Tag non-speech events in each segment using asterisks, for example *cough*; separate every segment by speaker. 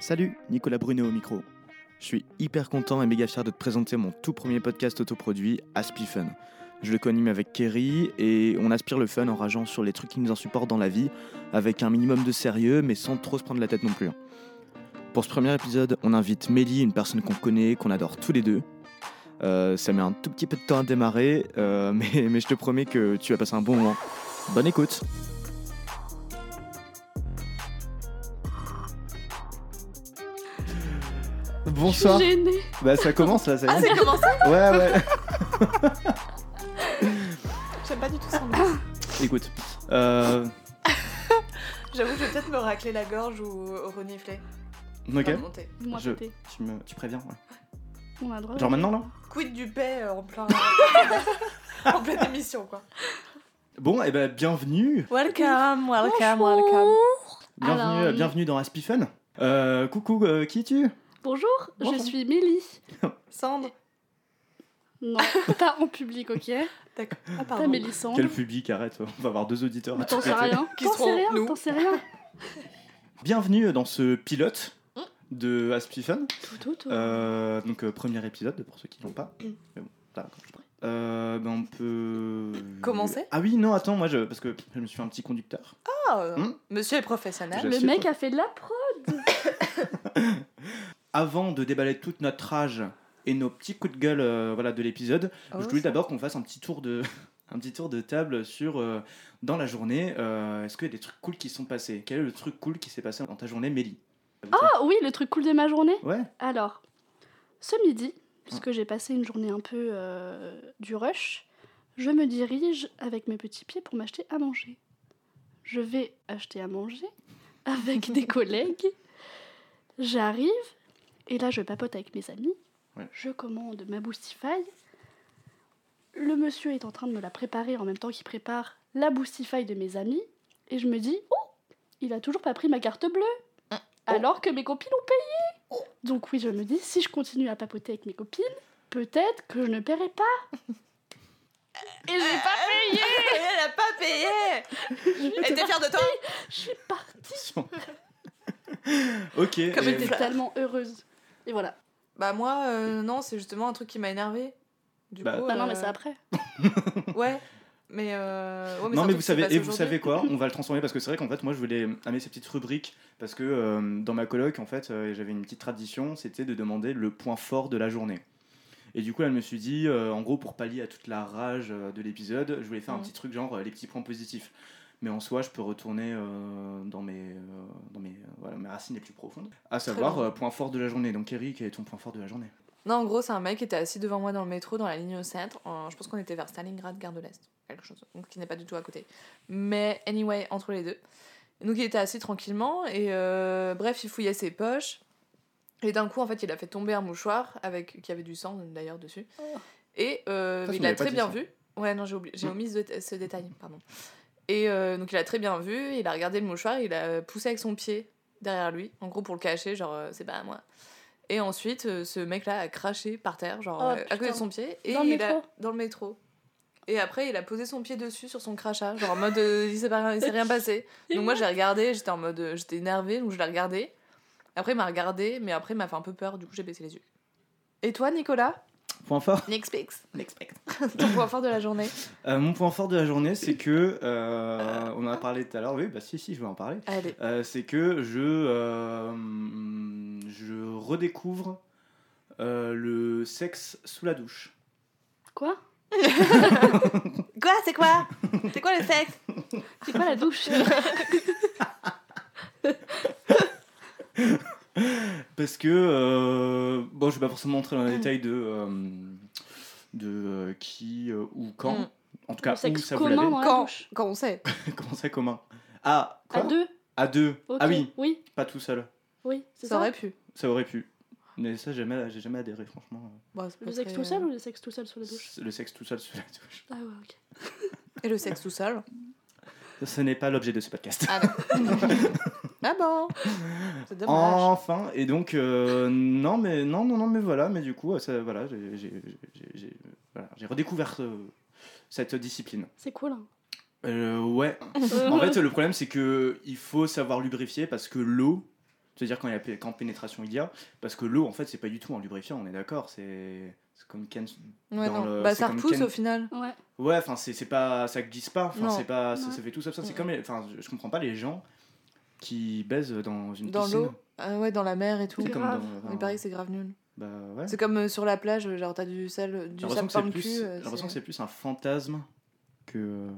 Speaker 1: Salut, Nicolas Brunet au micro. Je suis hyper content et méga fier de te présenter mon tout premier podcast autoproduit, Aspi Fun. Je le coanime avec Kerry et on aspire le fun en rageant sur les trucs qui nous insupportent dans la vie, avec un minimum de sérieux mais sans trop se prendre la tête non plus. Pour ce premier épisode, on invite Mélie, une personne qu'on connaît, qu'on adore tous les deux. Euh, ça met un tout petit peu de temps à démarrer, euh, *laughs* mais, mais je te promets que tu vas passer un bon moment. Bonne écoute Bonsoir
Speaker 2: Gênée.
Speaker 1: Bah ça commence là, ça y est.
Speaker 2: Ah, c'est commencé
Speaker 1: Ouais, ouais.
Speaker 3: J'aime pas du tout
Speaker 2: *laughs*
Speaker 3: son nom.
Speaker 1: Écoute, euh,
Speaker 3: J'avoue, je vais peut-être me racler la gorge ou renifler.
Speaker 1: ok.
Speaker 3: Enfin, monter.
Speaker 2: Moi,
Speaker 1: Je-
Speaker 2: pété.
Speaker 1: Tu, me, tu préviens, ouais.
Speaker 2: On a droit.
Speaker 1: Genre maintenant là
Speaker 3: Quid du paix euh, en
Speaker 1: *laughs*
Speaker 3: plein. en pleine émission, quoi.
Speaker 1: Bon, et ben bienvenue
Speaker 3: Welcome, welcome,
Speaker 2: welcome.
Speaker 1: Bienvenue,
Speaker 2: Alors,
Speaker 1: euh,
Speaker 2: oui.
Speaker 1: bienvenue dans Aspie Fun. Euh, coucou, euh, qui es-tu
Speaker 2: Bonjour, je
Speaker 1: Bonjour.
Speaker 2: suis Mélie.
Speaker 3: Sandre.
Speaker 2: Non, *laughs* pas en public, ok
Speaker 3: D'accord. Ah,
Speaker 2: Pas
Speaker 3: pardon.
Speaker 2: Mélissandre.
Speaker 1: Quel public, arrête, on va avoir deux auditeurs. à
Speaker 2: Mais T'en
Speaker 1: tout
Speaker 2: sais
Speaker 1: péter.
Speaker 2: rien.
Speaker 3: Qui
Speaker 2: T'en sais
Speaker 3: seront
Speaker 2: rien.
Speaker 3: nous
Speaker 2: T'en sais
Speaker 1: Euh,
Speaker 2: rien.
Speaker 1: Bienvenue dans ce pilote
Speaker 2: Mm.
Speaker 1: de Aspie Fun.
Speaker 2: Tout, tout, tout.
Speaker 1: Euh, donc euh, premier épisode pour ceux qui l'ont pas.
Speaker 2: Mm.
Speaker 1: Mais bon, là, quand je parle. Euh, ben, on peut
Speaker 3: Commencer
Speaker 1: Ah oui, non, attends, moi je parce que je me suis fait un petit conducteur.
Speaker 3: Ah, euh,
Speaker 1: Hmm.
Speaker 3: Monsieur est professionnel.
Speaker 2: Le
Speaker 1: j'assieds,
Speaker 2: mec
Speaker 1: toi.
Speaker 2: a fait de la pro.
Speaker 1: Avant de déballer toute notre rage et nos petits coups de gueule euh, voilà de l'épisode,
Speaker 3: Oh,
Speaker 1: je voulais d'abord qu'on fasse un petit tour de, *laughs* un petit tour de table sur euh, dans la journée. euh, Est-ce qu'il y a des trucs cool qui sont passés Quel est le truc cool qui s'est passé dans ta journée, Mélie
Speaker 2: Ah oui, le truc cool de ma journée.
Speaker 1: Ouais. *laughs*
Speaker 2: Alors, ce midi, puisque j'ai passé une journée un peu euh, du rush, je me dirige avec mes petits pieds pour m'acheter à manger. Je vais acheter à manger avec des collègues. J'arrive, et là je papote avec mes amis.
Speaker 1: Ouais.
Speaker 2: Je commande ma boostify. Le monsieur est en train de me la préparer en même temps qu'il prépare la boostify de mes amis. Et je me dis, oh, il a toujours pas pris ma carte bleue. Alors que mes copines ont payé. Donc oui, je me dis, si je continue à papoter avec mes copines, peut-être que je ne paierai pas. Euh, Et j'ai pas payé
Speaker 3: Elle a pas payé
Speaker 2: euh,
Speaker 3: Elle était fière de toi
Speaker 2: Je suis partie
Speaker 1: *laughs* ok.
Speaker 3: *laughs* Comme
Speaker 1: et-
Speaker 3: une
Speaker 2: J'étais tellement heureuse. Et voilà.
Speaker 3: Bah, moi, euh, non, c'est justement un truc qui m'a énervé. Du
Speaker 1: Bah-
Speaker 3: coup.
Speaker 2: Bah non,
Speaker 3: euh,
Speaker 2: mais c'est après.
Speaker 3: Ouais. Mais, euh... ouais, c'est
Speaker 1: non
Speaker 3: un
Speaker 1: mais vous
Speaker 3: truc qui s'est
Speaker 1: savez
Speaker 3: passé
Speaker 1: et vous
Speaker 3: aujourd'hui.
Speaker 1: savez quoi
Speaker 3: *laughs*
Speaker 1: On va le transformer parce que c'est vrai qu'en fait moi je voulais amener ces petites rubriques parce que euh, dans ma coloc en fait euh, j'avais une petite tradition c'était de demander le point fort de la journée. Et du coup elle me suis dit euh, en gros pour pallier à toute la rage euh, de l'épisode je voulais faire un
Speaker 3: Mhm.
Speaker 1: petit truc genre euh, les petits points positifs. Mais en soi je peux retourner euh, dans mes euh, dans mes euh, voilà mes racines les plus profondes à savoir
Speaker 3: bien.
Speaker 1: euh, point fort de la journée. Donc Eric quel est ton point fort de la journée
Speaker 3: Non, en gros, c'est un mec qui était assis devant moi dans le métro, dans la ligne au centre. Euh, je pense qu'on était vers Stalingrad, gare de l'Est, quelque chose, donc qui n'est pas du tout à côté. Mais anyway, entre les deux. Donc il était assis tranquillement et euh, bref, il fouillait ses poches. Et d'un coup, en fait, il a fait tomber un mouchoir avec qui avait du sang d'ailleurs dessus. Et euh,
Speaker 1: Oh. Ça, tu
Speaker 3: il
Speaker 1: m'avais
Speaker 3: l'a
Speaker 1: pas
Speaker 3: très
Speaker 1: dit
Speaker 3: bien
Speaker 1: ça.
Speaker 3: vu. Ouais, non, j'ai oublié, j'ai
Speaker 1: Mm.
Speaker 3: omis ce, ce détail, pardon. Et euh, donc il a très bien vu, il a regardé le mouchoir, il a poussé avec son pied derrière lui, en gros pour le cacher, genre euh, c'est pas à moi. Et ensuite, euh, ce mec-là a craché par terre, genre
Speaker 2: Oh,
Speaker 3: euh, à
Speaker 2: putain.
Speaker 3: côté de son pied, et
Speaker 2: Dans le
Speaker 3: il a-
Speaker 2: métro.
Speaker 3: dans le métro. Et après, il a posé son pied dessus sur son crachat, genre en mode euh, il s'est pas- il s'est
Speaker 2: *laughs*
Speaker 3: rien passé. Donc moi j'ai regardé, j'étais en mode euh, j'étais énervée, donc je l'ai regardé. Après il m'a regardé, mais après il m'a fait un peu peur, du coup j'ai baissé les yeux. Et toi Nicolas,
Speaker 1: Point fort
Speaker 3: next picks, *laughs* ton point fort de la journée.
Speaker 1: Euh, mon point fort de la journée
Speaker 3: *laughs*
Speaker 1: c'est que euh, on en a parlé tout à l'heure oui bah si si je vais en parler.
Speaker 3: Allez.
Speaker 1: Euh, c'est que je, euh, je redécouvre euh, le sexe sous la douche.
Speaker 2: Quoi
Speaker 3: *laughs* Quoi c'est quoi C'est quoi le sexe
Speaker 2: C'est quoi la douche
Speaker 1: Parce que, euh, bon, je vais pas forcément entrer dans
Speaker 2: Mm.
Speaker 1: les détails de, euh, de euh, qui euh, ou quand.
Speaker 3: Mm.
Speaker 1: En tout
Speaker 2: Le
Speaker 1: cas, où
Speaker 2: sexe
Speaker 1: ça vous
Speaker 2: commun
Speaker 1: l'avez.
Speaker 2: dans la
Speaker 3: Quand
Speaker 2: douche.
Speaker 3: Quand on sait.
Speaker 1: *laughs* Comment ça, commun Ah, quoi
Speaker 2: À deux
Speaker 1: À deux.
Speaker 2: ok.
Speaker 1: Ah oui,
Speaker 2: Oui,
Speaker 1: pas tout seul.
Speaker 2: oui, c'est
Speaker 3: Ça
Speaker 2: ça.
Speaker 3: aurait pu.
Speaker 1: Ça aurait pu. Mais ça, j'ai jamais, j'ai jamais adhéré, franchement.
Speaker 3: Bon, Bah, c'est pas
Speaker 2: Le sexe
Speaker 3: très-
Speaker 2: tout seul ou le sexe tout seul sur la douche
Speaker 1: Le sexe tout seul sous la douche.
Speaker 2: Ah ouais, ok.
Speaker 3: Et le sexe tout seul.
Speaker 1: Ce n'est pas l'objet de ce podcast.
Speaker 3: *laughs* Ah non. *laughs* ah bon. C'est dommage.
Speaker 1: Enfin, et donc euh, non mais non non non mais voilà, mais du coup euh, ça voilà, j'ai- j'ai- j'ai j'ai- voilà, j'ai redécouvert euh, cette discipline.
Speaker 2: C'est cool. Hein.
Speaker 3: Euh.
Speaker 1: Euh, ouais. En fait, le problème c'est que il faut savoir lubrifier parce que l'eau, C'est-à-dire quand, il y a pé- quand pénétration il y a, parce que l'eau, en fait, c'est pas du tout un lubrifiant, on est d'accord, c'est c'est comme Ken.
Speaker 3: Ouais,
Speaker 1: Dans
Speaker 3: non.
Speaker 1: le-
Speaker 3: Bah,
Speaker 1: c'est
Speaker 3: ça
Speaker 1: comme
Speaker 3: repousse
Speaker 1: Ken.
Speaker 3: au final.
Speaker 2: Ouais.
Speaker 1: Ouais, enfin, c'est c'est pas. Ça glisse pas, enfin,
Speaker 3: Non.
Speaker 1: c'est pas. Ça,
Speaker 2: Ouais.
Speaker 1: ça fait tout ça, ça. C'est
Speaker 3: Mm.
Speaker 1: comme. les- Enfin, je je comprends pas les gens qui baisent dans une
Speaker 3: Dans
Speaker 1: piscine.
Speaker 3: l'eau. Ah ouais, dans la mer et tout.
Speaker 1: C'est comme
Speaker 2: Grave.
Speaker 1: dans.
Speaker 3: Il paraît que c'est grave nul.
Speaker 1: Bah ouais.
Speaker 3: C'est comme euh, sur la plage, euh, genre t'as du sel,
Speaker 1: J'ai
Speaker 3: du
Speaker 1: l'impression
Speaker 3: sable
Speaker 1: que
Speaker 3: par
Speaker 1: c'est
Speaker 3: le
Speaker 1: plus,
Speaker 3: cul.
Speaker 1: j'ai
Speaker 3: euh,
Speaker 1: l'impression que
Speaker 3: c'est-
Speaker 1: c'est plus un fantasme que euh,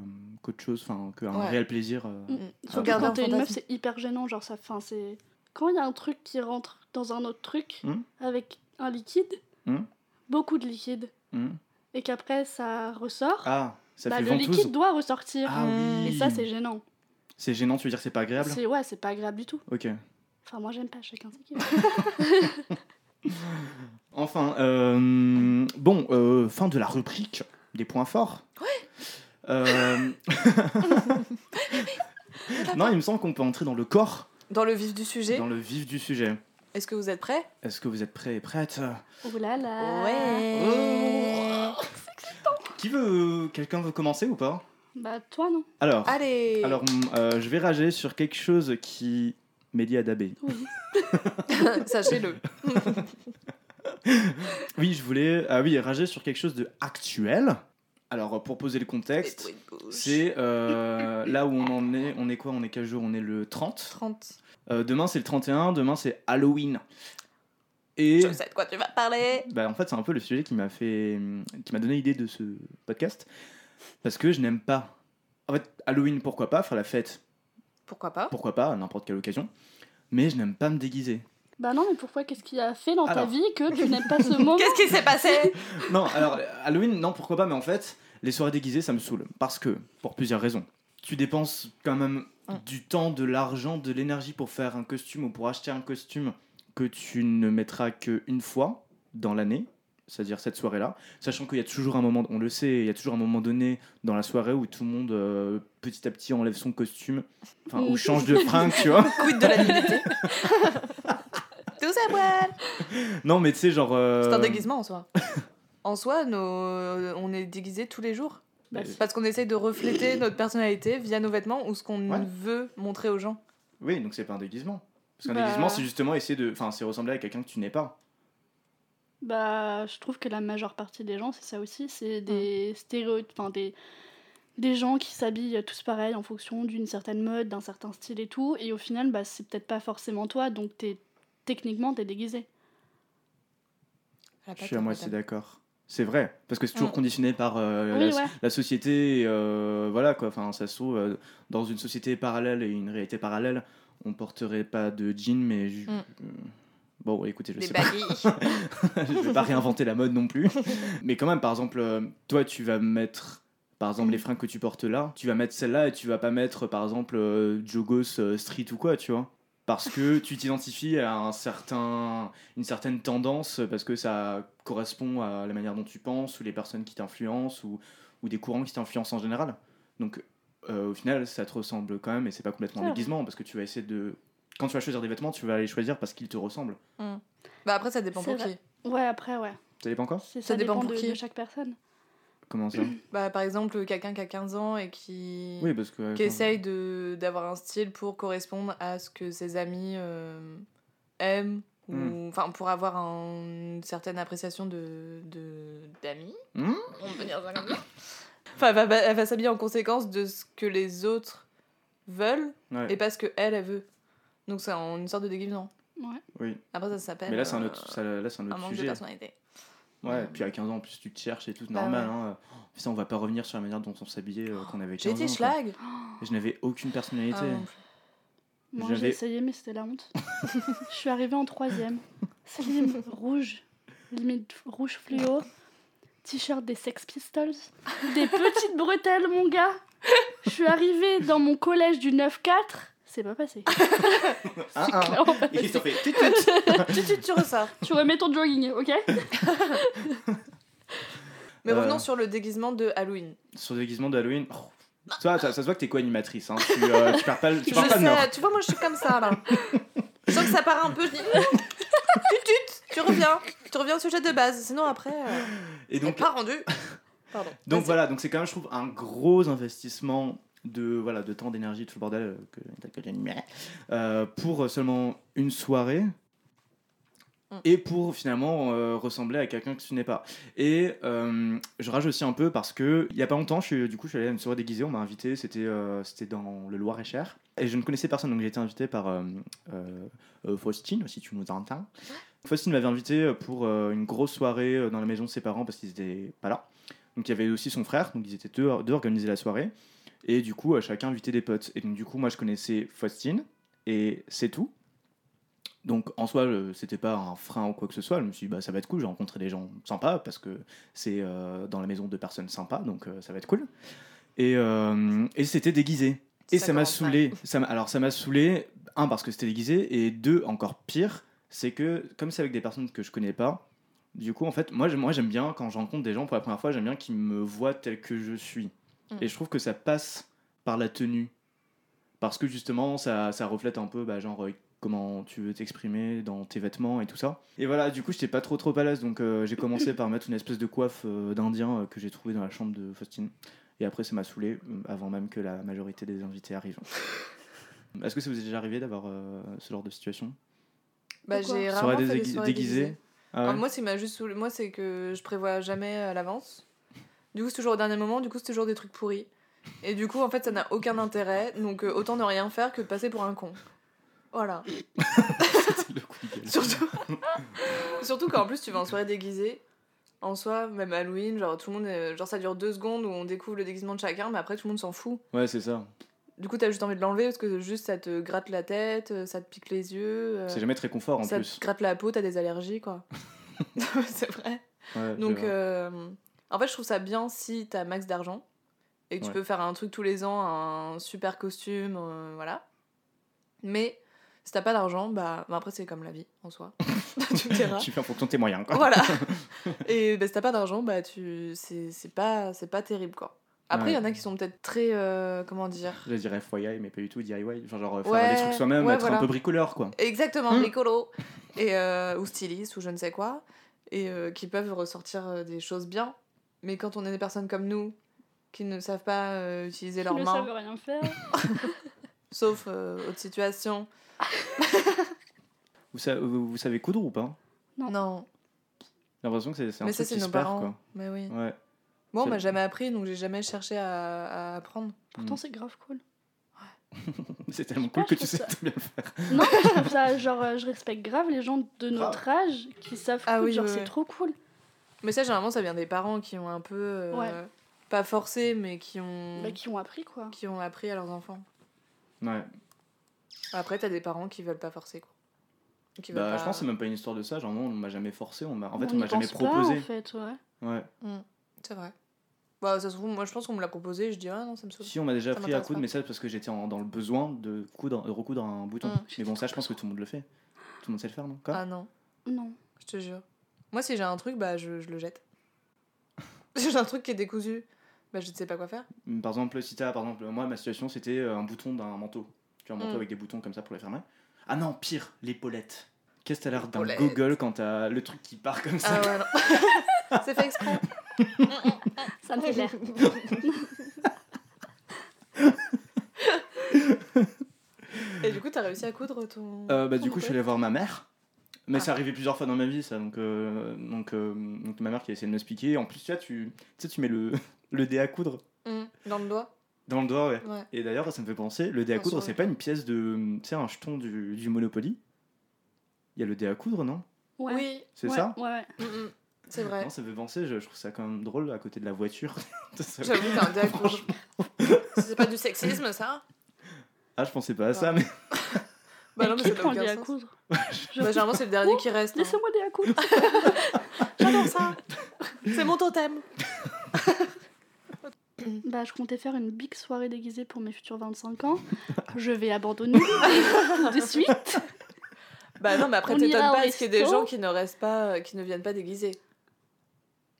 Speaker 1: qu'autre chose, enfin qu'un
Speaker 3: Ouais.
Speaker 1: réel plaisir. euh.
Speaker 2: Mm. Surtout
Speaker 1: garder
Speaker 2: quand
Speaker 3: un
Speaker 2: t'es une meuf,
Speaker 3: fantasme.
Speaker 2: c'est hyper gênant. Genre, ça, fin, c'est. Quand il y a un truc qui rentre dans un autre truc
Speaker 1: Hmm.
Speaker 2: avec un liquide,
Speaker 1: Hmm.
Speaker 2: beaucoup de liquide,
Speaker 1: Hmm.
Speaker 2: et qu'après ça ressort,
Speaker 1: Ah, ça
Speaker 2: bah,
Speaker 1: fait
Speaker 2: le liquide
Speaker 1: ventouse.
Speaker 2: doit ressortir.
Speaker 1: Ah
Speaker 3: Mm.
Speaker 1: oui.
Speaker 2: Et ça, c'est gênant.
Speaker 1: C'est gênant, tu veux dire c'est pas agréable
Speaker 2: C'est ouais, c'est pas agréable du tout.
Speaker 1: Ok.
Speaker 2: Enfin, moi, j'aime pas chacun. ses kiffs.
Speaker 1: *laughs* Enfin, euh, bon, euh, fin de la rubrique des points forts. Ouais. *laughs* non, il me semble qu'on peut entrer dans le corps,
Speaker 3: Dans le vif du sujet,
Speaker 1: dans le vif du sujet.
Speaker 3: est-ce que vous êtes prêts
Speaker 1: Est-ce que vous êtes prêts et prêtes
Speaker 2: Oh là
Speaker 3: Ah.
Speaker 2: là.
Speaker 3: Ouais
Speaker 1: Oh. Qui veut euh, Quelqu'un veut commencer ou pas
Speaker 2: Bah, toi, non.
Speaker 1: Alors.
Speaker 3: Allez
Speaker 1: Alors, mm, euh, je vais rager sur quelque chose qui m'est lié à Dabé.
Speaker 2: Oui.
Speaker 3: *laughs* Sachez-le.
Speaker 1: Oui, je voulais ah oui, rager sur quelque chose de actuel. Alors, pour poser le contexte, c'est euh, là où on en est. On est quoi On est quel jour On est le 30.
Speaker 3: 30.
Speaker 1: Euh, demain, c'est le 31. Demain, c'est Halloween. Et
Speaker 3: Je sais de quoi tu vas parler.
Speaker 1: bah, en fait, c'est un peu le sujet qui m'a fait, qui m'a donné l'idée de ce podcast, parce que je n'aime pas. En fait, Halloween, pourquoi pas faire la fête,
Speaker 3: Pourquoi pas
Speaker 1: pourquoi pas à n'importe quelle occasion, mais je n'aime pas me déguiser.
Speaker 2: Bah, non, mais pourquoi Qu'est-ce qu'il a fait dans ta
Speaker 1: Alors.
Speaker 2: vie que tu n'aimes
Speaker 1: *laughs*
Speaker 2: pas ce moment
Speaker 3: Qu'est-ce qui s'est passé
Speaker 1: Non, alors Halloween, non, pourquoi pas, mais en fait, les soirées déguisées, ça me saoule. Parce que, pour plusieurs raisons, tu dépenses quand même
Speaker 3: Mm.
Speaker 1: du temps, de l'argent, de l'énergie pour faire un costume ou pour acheter un costume que tu ne mettras qu'une fois dans l'année, c'est-à-dire cette soirée-là, sachant qu'il y a toujours un moment, on le sait, il y a toujours un moment donné dans la soirée où tout le monde, euh, petit à petit, enlève son costume, enfin, ou
Speaker 2: Mm.
Speaker 1: change de fringue, tu
Speaker 3: *laughs*
Speaker 1: vois.
Speaker 3: Quid de la nudité Tous à poil
Speaker 1: Non, mais tu sais, genre... euh,
Speaker 3: C'est un déguisement
Speaker 1: *laughs*
Speaker 3: en soi. En soi, nos- euh, on est déguisé tous les jours.
Speaker 2: Bah,
Speaker 3: Parce qu'on essaye de refléter notre personnalité via nos vêtements ou ce qu'on
Speaker 1: Ouais.
Speaker 3: veut montrer aux gens.
Speaker 1: Oui, donc c'est pas un déguisement. Parce qu'un
Speaker 2: Bah.
Speaker 1: déguisement, c'est justement essayer de... Enfin, c'est ressembler à quelqu'un que tu n'es pas.
Speaker 2: Bah, je trouve que la majeure partie des gens, c'est ça aussi,
Speaker 3: Mm.
Speaker 2: c'est des stéréotypes, enfin des, des gens qui s'habillent tous pareil en fonction d'une certaine mode, d'un certain style et tout, et au final, bah, c'est peut-être pas forcément toi, donc t'es, techniquement, t'es déguisé.
Speaker 3: La
Speaker 1: Je suis
Speaker 3: patate,
Speaker 1: à moitié
Speaker 3: madame.
Speaker 1: d'accord. C'est vrai, parce que c'est toujours
Speaker 3: Ah, Mm.
Speaker 1: conditionné par euh,
Speaker 2: oui,
Speaker 1: la,
Speaker 2: ouais.
Speaker 1: la société, euh, voilà quoi. Enfin, ça se trouve, euh, dans une société parallèle et une réalité parallèle, on porterait pas de jean, mais. ju-
Speaker 3: Mm.
Speaker 1: euh, Bon, écoutez, je
Speaker 3: Des
Speaker 1: sais pas,
Speaker 3: baguilles.
Speaker 1: *laughs* je vais pas réinventer la mode non plus.
Speaker 2: *laughs*
Speaker 1: mais quand même, par exemple, euh, toi, tu vas mettre. Par exemple, les fringues que tu portes là, tu vas mettre celle-là et tu vas pas mettre, par exemple, euh, Jogos euh, Street ou quoi, tu vois. Parce que tu t'identifies à un certain une certaine tendance parce que ça correspond à la manière dont tu penses ou les personnes qui t'influencent ou, ou des courants qui t'influencent en général. Donc euh, au final, ça te ressemble quand même et c'est pas complètement un
Speaker 2: C'est vrai.
Speaker 1: déguisement parce que tu vas essayer de. Quand tu vas choisir des vêtements, tu vas les choisir parce qu'ils te ressemblent.
Speaker 3: Bah après, ça dépend
Speaker 2: C'est
Speaker 3: pour
Speaker 2: vrai.
Speaker 3: qui.
Speaker 2: Ouais, après, ouais.
Speaker 1: Ça dépend quoi
Speaker 2: C'est, ça,
Speaker 3: Ça dépend
Speaker 2: dépend,
Speaker 3: pour
Speaker 2: de,
Speaker 3: qui.
Speaker 2: de chaque personne.
Speaker 1: Comment ça
Speaker 3: Bah, par exemple, quelqu'un qui a 15 ans et qui,
Speaker 1: Oui, parce que.
Speaker 3: qui essaye de- d'avoir un style pour correspondre à ce que ses amis euh, aiment, ou
Speaker 1: Hmm.
Speaker 3: enfin pour avoir un- une certaine appréciation de de- d'amis.
Speaker 1: Hmm
Speaker 3: On peut dire ça comme ça.
Speaker 1: *laughs*
Speaker 3: Enfin, elle va, va- elle va s'habiller en conséquence de ce que les autres veulent
Speaker 1: Ouais,
Speaker 3: et pas ce que elle, elle veut. Donc c'est en- une sorte de déguisement.
Speaker 1: oui.
Speaker 3: Après, ça s'appelle
Speaker 1: Mais là, c'est un
Speaker 3: euh,
Speaker 1: autre, ça- là, c'est un
Speaker 3: un
Speaker 1: autre
Speaker 3: manque de
Speaker 1: sujet.
Speaker 3: personnalité.
Speaker 1: Ouais, puis à 15 ans, en plus, tu te cherches et tout,
Speaker 3: Bah
Speaker 1: normal.
Speaker 3: ouais.
Speaker 1: hein. Oh, Ça, on va pas revenir sur la manière dont on s'habillait euh, quand on avait 15
Speaker 3: J'ai
Speaker 1: ans.
Speaker 3: été
Speaker 1: quoi.
Speaker 3: schlag.
Speaker 1: Je n'avais aucune personnalité.
Speaker 3: Ah, non plus.
Speaker 2: Moi, j'ai
Speaker 1: J'avais-
Speaker 2: essayé, mais c'était la honte. *laughs* je suis arrivée en troisième. Slim, rouge, limite rouge fluo, t-shirt des Sex Pistols, des petites bretelles, mon gars. Je suis arrivée dans mon collège du 9-4, c'est pas passé.
Speaker 1: Ah,
Speaker 2: C'est
Speaker 1: ah.
Speaker 2: *laughs* clairement pas
Speaker 1: Et ils
Speaker 2: passé.
Speaker 1: ont fait tut, tut.
Speaker 3: *laughs* Ah, tu, tu, tu ressors.
Speaker 2: Tu remets ton jogging, ok
Speaker 3: Mais
Speaker 1: Euh.
Speaker 3: revenons sur le déguisement de Halloween.
Speaker 1: sur le déguisement d'Halloween. Oh. Toi, ça, ça se voit que t'es co-animatrice. Hein. Tu, euh, tu pars pas, le- tu
Speaker 3: Je
Speaker 1: pars pas le
Speaker 3: sais,
Speaker 1: nord.
Speaker 3: tu vois, moi je suis comme ça là. Je sens que ça part un peu, je dis. Tut, tut, tu reviens. Tu reviens au sujet de base. Sinon après, euh,
Speaker 1: Et
Speaker 3: on n'est
Speaker 1: donc,
Speaker 3: pas rendu. Pardon.
Speaker 1: donc
Speaker 3: Vas-y.
Speaker 1: voilà, donc c'est quand même, je trouve, un gros investissement de, voilà, de temps, d'énergie, tout le bordel euh, que, que j'ai énuméré, euh, pour seulement une soirée
Speaker 3: Mm.
Speaker 1: et pour finalement euh, ressembler à quelqu'un que tu n'es pas. Et euh, je rage aussi un peu parce que il y a pas longtemps, je suis, du coup, je suis allé à une soirée déguisée, on m'a invité, c'était euh, c'était dans le Loir-et-Cher. Et je ne connaissais personne, donc j'ai été invité par euh, euh, euh, Faustine, si tu nous entends. Faustine m'avait invité pour euh, une grosse soirée euh, dans la maison de ses parents parce qu'ils étaient pas là. Donc il y avait aussi son frère, donc ils étaient deux, deux à organiser la soirée. Et du coup, euh, chacun invitait des potes. Et donc du coup, moi je connaissais Faustine et c'est tout. Donc en soi, euh, c'était pas un frein ou quoi que ce soit. Je me suis dit, bah, ça va être cool, j'ai rencontré des gens sympas parce que c'est euh, dans la maison de personnes sympas, donc euh, ça va être cool. Et, euh, et c'était déguisé. Et ça m'a
Speaker 3: commence mal.
Speaker 1: saoulé. Ça m'a- alors ça m'a saoulé, un, parce que c'était déguisé, et deux, encore pire, c'est que comme c'est avec des personnes que je connais pas, du coup, en fait, moi, j'aime- moi j'aime bien, quand je rencontre des gens pour la première fois, j'aime bien qu'ils me voient tel que je suis.
Speaker 3: Mm.
Speaker 1: Et je trouve que ça passe par la tenue. Parce que justement, ça, ça reflète un peu, bah, genre, euh, comment tu veux t'exprimer dans tes vêtements et tout ça. Et voilà, du coup, j'étais pas trop trop à l'aise, donc euh, j'ai commencé par mettre une espèce de coiffe euh, d'Indien euh, que j'ai trouvé dans la chambre de Faustine. Et après, ça m'a saoulé, euh, avant même que la majorité des invités arrivent. Est-ce que ça vous est déjà arrivé d'avoir euh, ce genre de situation
Speaker 2: Pourquoi
Speaker 3: Bah, j'ai
Speaker 2: Soirée
Speaker 3: rarement fait des
Speaker 1: dégui-
Speaker 3: soirées
Speaker 1: déguisée
Speaker 3: déguisées.
Speaker 1: Ah ouais
Speaker 3: Ah, moi, c'est m'a juste saoulé. Moi, c'est que je prévois jamais à l'avance. Du coup, c'est toujours au dernier moment. Du coup, c'est toujours des trucs pourris. Et du coup, en fait, ça n'a aucun intérêt. Donc, euh, autant ne rien faire que de passer pour un con. Voilà.
Speaker 1: *laughs* Le coup de gueule.
Speaker 3: Surtout, *laughs* surtout qu'en plus, tu vas en soirée déguisée. En soi, même Halloween, genre, tout le monde, euh, genre, ça dure deux secondes où on découvre le déguisement de chacun, mais après, tout le monde s'en fout.
Speaker 1: Ouais, c'est ça.
Speaker 3: Du coup, t'as juste envie de l'enlever parce que juste ça te gratte la tête, euh, ça te pique les yeux, euh,
Speaker 1: C'est jamais très confort en
Speaker 3: ça
Speaker 1: plus.
Speaker 3: te gratte la peau, t'as des
Speaker 1: *laughs*
Speaker 3: allergies, quoi. *laughs* Non, mais c'est vrai.
Speaker 1: Ouais, *laughs*
Speaker 3: Donc,
Speaker 1: c'est vrai.
Speaker 3: euh, en fait, je trouve ça bien si t'as max d'argent et que tu
Speaker 1: Ouais.
Speaker 3: peux faire un truc tous les ans, un super costume, euh, voilà. Mais si t'as pas d'argent, bah, bah après, c'est comme la vie
Speaker 1: *laughs*
Speaker 3: en soi. *laughs* tu me diras.
Speaker 1: tu fais en fonction de tes moyens, quoi.
Speaker 3: *laughs* voilà. Et bah, si t'as pas d'argent, bah, tu... c'est c'est pas, c'est pas terrible, quoi. Après, il y en a qui sont peut-être très. euh, comment dire
Speaker 1: Je dirais FYI, mais pas du tout DIY. Genre, genre, euh, faire
Speaker 3: Ouais,
Speaker 1: des trucs soi-même,
Speaker 3: ouais,
Speaker 1: être
Speaker 3: voilà.
Speaker 1: un peu bricoleur, quoi.
Speaker 3: Exactement,
Speaker 1: Hmm.
Speaker 3: écolo. Et, euh, ou styliste, ou je ne sais quoi. Et euh, qui peuvent ressortir euh, des choses bien. Mais quand on est des personnes comme nous, qui ne savent pas euh, utiliser leurs
Speaker 2: ne
Speaker 3: mains,
Speaker 2: savent rien faire.
Speaker 1: Hmm.
Speaker 3: sauf euh, autre situation.
Speaker 1: Vous, sa- vous- vous savez coudre ou pas
Speaker 2: Non.
Speaker 3: Non,
Speaker 1: J'ai l'impression que c'est c'est un
Speaker 3: mais ça,
Speaker 1: truc
Speaker 3: c'est
Speaker 1: qui se
Speaker 3: nos
Speaker 1: perd,
Speaker 3: parents.
Speaker 1: quoi.
Speaker 3: Mais oui.
Speaker 1: Ouais. *laughs*
Speaker 3: Moi, on
Speaker 1: C'est-
Speaker 3: m'a jamais appris, donc j'ai jamais cherché à, à apprendre.
Speaker 2: Pourtant,
Speaker 1: Mm.
Speaker 2: c'est grave cool.
Speaker 1: C'est tellement
Speaker 2: Je sais
Speaker 1: cool
Speaker 2: pas,
Speaker 1: que
Speaker 2: je
Speaker 1: tu sais
Speaker 2: trouve
Speaker 1: très bien le faire.
Speaker 2: Non, mais je trouve ça, genre, euh, je respecte grave les gens de
Speaker 1: Grave.
Speaker 2: notre âge qui savent
Speaker 3: Ah
Speaker 2: coudre,
Speaker 3: oui,
Speaker 2: genre,
Speaker 3: ouais, ouais.
Speaker 2: c'est trop cool.
Speaker 3: Mais ça, généralement, ça vient des parents qui ont un peu. euh,
Speaker 2: Ouais.
Speaker 3: Pas forcé, mais qui ont.
Speaker 2: Bah, qui ont appris, quoi.
Speaker 3: qui ont appris à leurs enfants.
Speaker 1: Ouais.
Speaker 3: Après, t'as des parents qui veulent pas forcer, quoi. Qui veulent
Speaker 1: Bah,
Speaker 3: pas-
Speaker 1: je pense que c'est même pas une histoire de ça. Genre, moi, on m'a jamais forcé. On m'a... En fait, on,
Speaker 2: n'y
Speaker 1: m'a jamais
Speaker 2: pense pas,
Speaker 1: proposé.
Speaker 2: en fait, ouais.
Speaker 1: Ouais.
Speaker 3: C'est vrai. Bah, ça se trouve, moi je pense qu'on me l'a proposé et je dis ah non, ça me saoule.
Speaker 1: Si, on m'a déjà
Speaker 3: Ça
Speaker 1: appris à
Speaker 3: m'intéresse
Speaker 1: coudre,
Speaker 3: pas.
Speaker 1: mais ça, c'est parce que j'étais en- dans le besoin de, coudre, de recoudre un bouton.
Speaker 3: Mm.
Speaker 1: Mais bon, ça, je pense que tout le monde le fait. Tout le monde sait le faire, non Quoi
Speaker 3: Ah non,
Speaker 2: Non.
Speaker 3: je te jure. Moi, si j'ai un truc, bah je, je le jette. *laughs* Si j'ai un truc qui est décousu, bah je ne sais pas
Speaker 1: *laughs*
Speaker 3: quoi faire.
Speaker 1: Mmh, Par exemple, si t'as, par exemple, moi, ma situation, c'était euh, un bouton d'un manteau. Tu as un manteau
Speaker 3: Mm.
Speaker 1: avec des boutons comme ça pour les fermer. Ah non, pire, l'épaulette. Qu'est-ce que t'as l'air d'un
Speaker 3: L'épaulette.
Speaker 1: gogol quand t'as le truc qui part comme ça
Speaker 3: Ah ouais, non. *laughs* c'est fait exprès.
Speaker 2: *laughs* Ça me fait l'air.
Speaker 3: Et du coup, t'as réussi à coudre ton.
Speaker 1: Euh, bah,
Speaker 3: ton
Speaker 1: du coup, je suis
Speaker 3: épaulette
Speaker 1: allé voir ma mère. Mais
Speaker 3: Ah.
Speaker 1: c'est arrivé plusieurs fois dans ma vie, ça. Donc, euh, donc, euh, donc ma mère qui a essayé de m'expliquer. En plus, tu vois, tu, tu sais, tu mets le, *laughs* le dé à coudre
Speaker 3: Mm, Dans le doigt.
Speaker 1: dans le doigt, ouais.
Speaker 3: Ouais.
Speaker 1: Et d'ailleurs, ça me fait penser, le dé à
Speaker 3: Ah,
Speaker 1: coudre,
Speaker 3: ça,
Speaker 1: c'est pas une pièce de. Tu sais, un jeton du, du Monopoly Il y a le dé à coudre, non
Speaker 2: Ouais.
Speaker 3: Oui.
Speaker 1: C'est
Speaker 2: Ouais,
Speaker 1: ça
Speaker 2: Ouais, ouais.
Speaker 3: Mm, mm. C'est vrai.
Speaker 1: Non, ça me fait penser, je, je trouve ça quand même drôle à côté de la voiture. *laughs* de ça.
Speaker 3: J'avoue, t'as un dé à coudre. C'est pas du sexisme ça
Speaker 1: Ah, je pensais pas à ça, mais
Speaker 3: Bah
Speaker 2: mais
Speaker 3: non, mais
Speaker 2: qui
Speaker 3: ça n'a
Speaker 2: prend le
Speaker 3: aucun
Speaker 2: dé à
Speaker 3: sens.
Speaker 2: coudre Je-
Speaker 3: Bah, généralement, c'est le dernier qui reste. hein.
Speaker 2: Laissez-moi des à coudre.
Speaker 3: J'adore ça. *laughs* C'est mon totem.
Speaker 2: *laughs* Bah, je comptais faire une big soirée déguisée pour mes futurs 25
Speaker 3: *laughs*
Speaker 2: ans. Je vais abandonner de suite.
Speaker 3: Bah non, mais après,
Speaker 2: On
Speaker 3: t'étonnes
Speaker 2: ira au
Speaker 3: pas, est-ce qu'il y a des
Speaker 2: resto
Speaker 3: gens qui ne restent pas, euh, qui ne viennent pas déguisés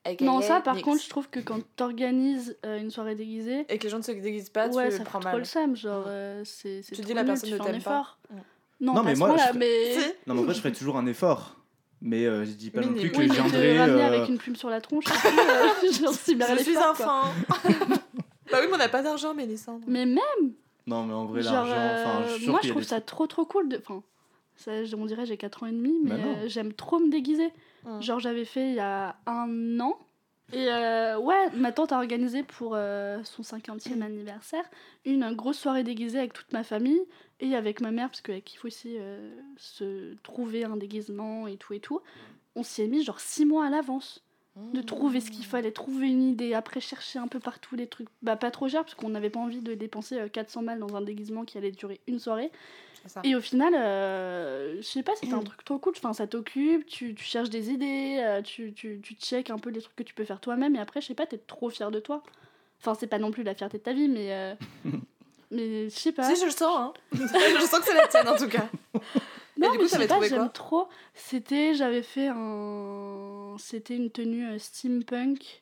Speaker 3: AKA,
Speaker 2: Non, ça, par
Speaker 3: nix.
Speaker 2: contre, je trouve que quand t'organises euh, une soirée déguisée,
Speaker 3: Et que les gens ne se déguisent pas,
Speaker 2: ouais,
Speaker 3: tu
Speaker 2: ça
Speaker 3: le prends
Speaker 2: fout trop
Speaker 3: mal.
Speaker 2: le seum. Genre,
Speaker 3: Mm.
Speaker 2: euh, c'est c'est
Speaker 3: Tu dis
Speaker 2: trop
Speaker 3: la
Speaker 2: nul,
Speaker 3: personne
Speaker 2: tu
Speaker 3: ne
Speaker 2: fais un
Speaker 3: t'aime pas.
Speaker 2: effort.
Speaker 3: Mm.
Speaker 1: Non,
Speaker 2: Non, pas
Speaker 1: mais
Speaker 2: à ce
Speaker 1: moi,
Speaker 2: point-là,
Speaker 1: je-
Speaker 2: mais...
Speaker 3: Si.
Speaker 1: Non, mais en fait, je ferais toujours un effort. Mais euh, je dis pas non
Speaker 3: Minime.
Speaker 1: plus que
Speaker 2: Oui, mais te
Speaker 1: j'aimerais.
Speaker 2: ramener
Speaker 1: euh,
Speaker 3: *laughs*
Speaker 2: avec une plume sur la tronche, c'est plus, euh, genre, c'est bien
Speaker 3: Je
Speaker 2: les *laughs*
Speaker 3: suis
Speaker 2: faire,
Speaker 3: un
Speaker 2: quoi.
Speaker 3: fin. Bah oui, mais on n'a pas d'argent, mais les cendres.
Speaker 2: Mais même,
Speaker 1: Non, mais en vrai,
Speaker 2: genre,
Speaker 1: l'argent. Enfin, je
Speaker 2: euh,
Speaker 1: suis sûr
Speaker 2: moi
Speaker 1: qu'il
Speaker 2: je
Speaker 1: y a
Speaker 2: trouve
Speaker 1: des
Speaker 2: ça
Speaker 1: trucs-
Speaker 2: trop trop cool. De... Enfin, ça, je- on dirait j'ai 4 ans et demi, mais
Speaker 1: Bah non.
Speaker 2: euh, j'aime trop me déguiser.
Speaker 3: Hum.
Speaker 2: Genre j'avais fait il y a un an. Et euh, ouais, ma tante a organisé pour euh, son 50e anniversaire une, euh, grosse soirée déguisée avec toute ma famille et avec ma mère, parce qu'elle kiffe aussi euh, se trouver un déguisement et tout et tout. On s'y est mis genre 6 mois à l'avance de trouver ce qu'il fallait, trouver une idée, après chercher un peu partout les trucs, bah pas trop cher parce qu'on n'avait pas envie de dépenser euh, 400 balles dans un déguisement qui allait durer une soirée.
Speaker 3: C'est ça.
Speaker 2: Et au final, euh, je sais pas, c'était un truc trop cool, enfin ça t'occupe, tu, tu cherches des idées, euh, tu, tu, tu check un peu les trucs que tu peux faire toi-même et après, je sais pas, t'es trop fier de toi. Enfin, c'est pas non plus la fierté de ta vie, mais.
Speaker 3: *laughs*
Speaker 2: euh, mais je sais pas.
Speaker 3: Si, je le sens,
Speaker 2: *laughs*
Speaker 3: hein. *laughs* je sens que c'est la tienne, en tout cas.
Speaker 2: Non,
Speaker 3: du
Speaker 2: mais
Speaker 3: coup, ça
Speaker 2: je sais
Speaker 3: avait
Speaker 2: pas,
Speaker 3: trouvé quoi
Speaker 2: j'aime trop. C'était, j'avais fait un. C'était une tenue euh, steampunk.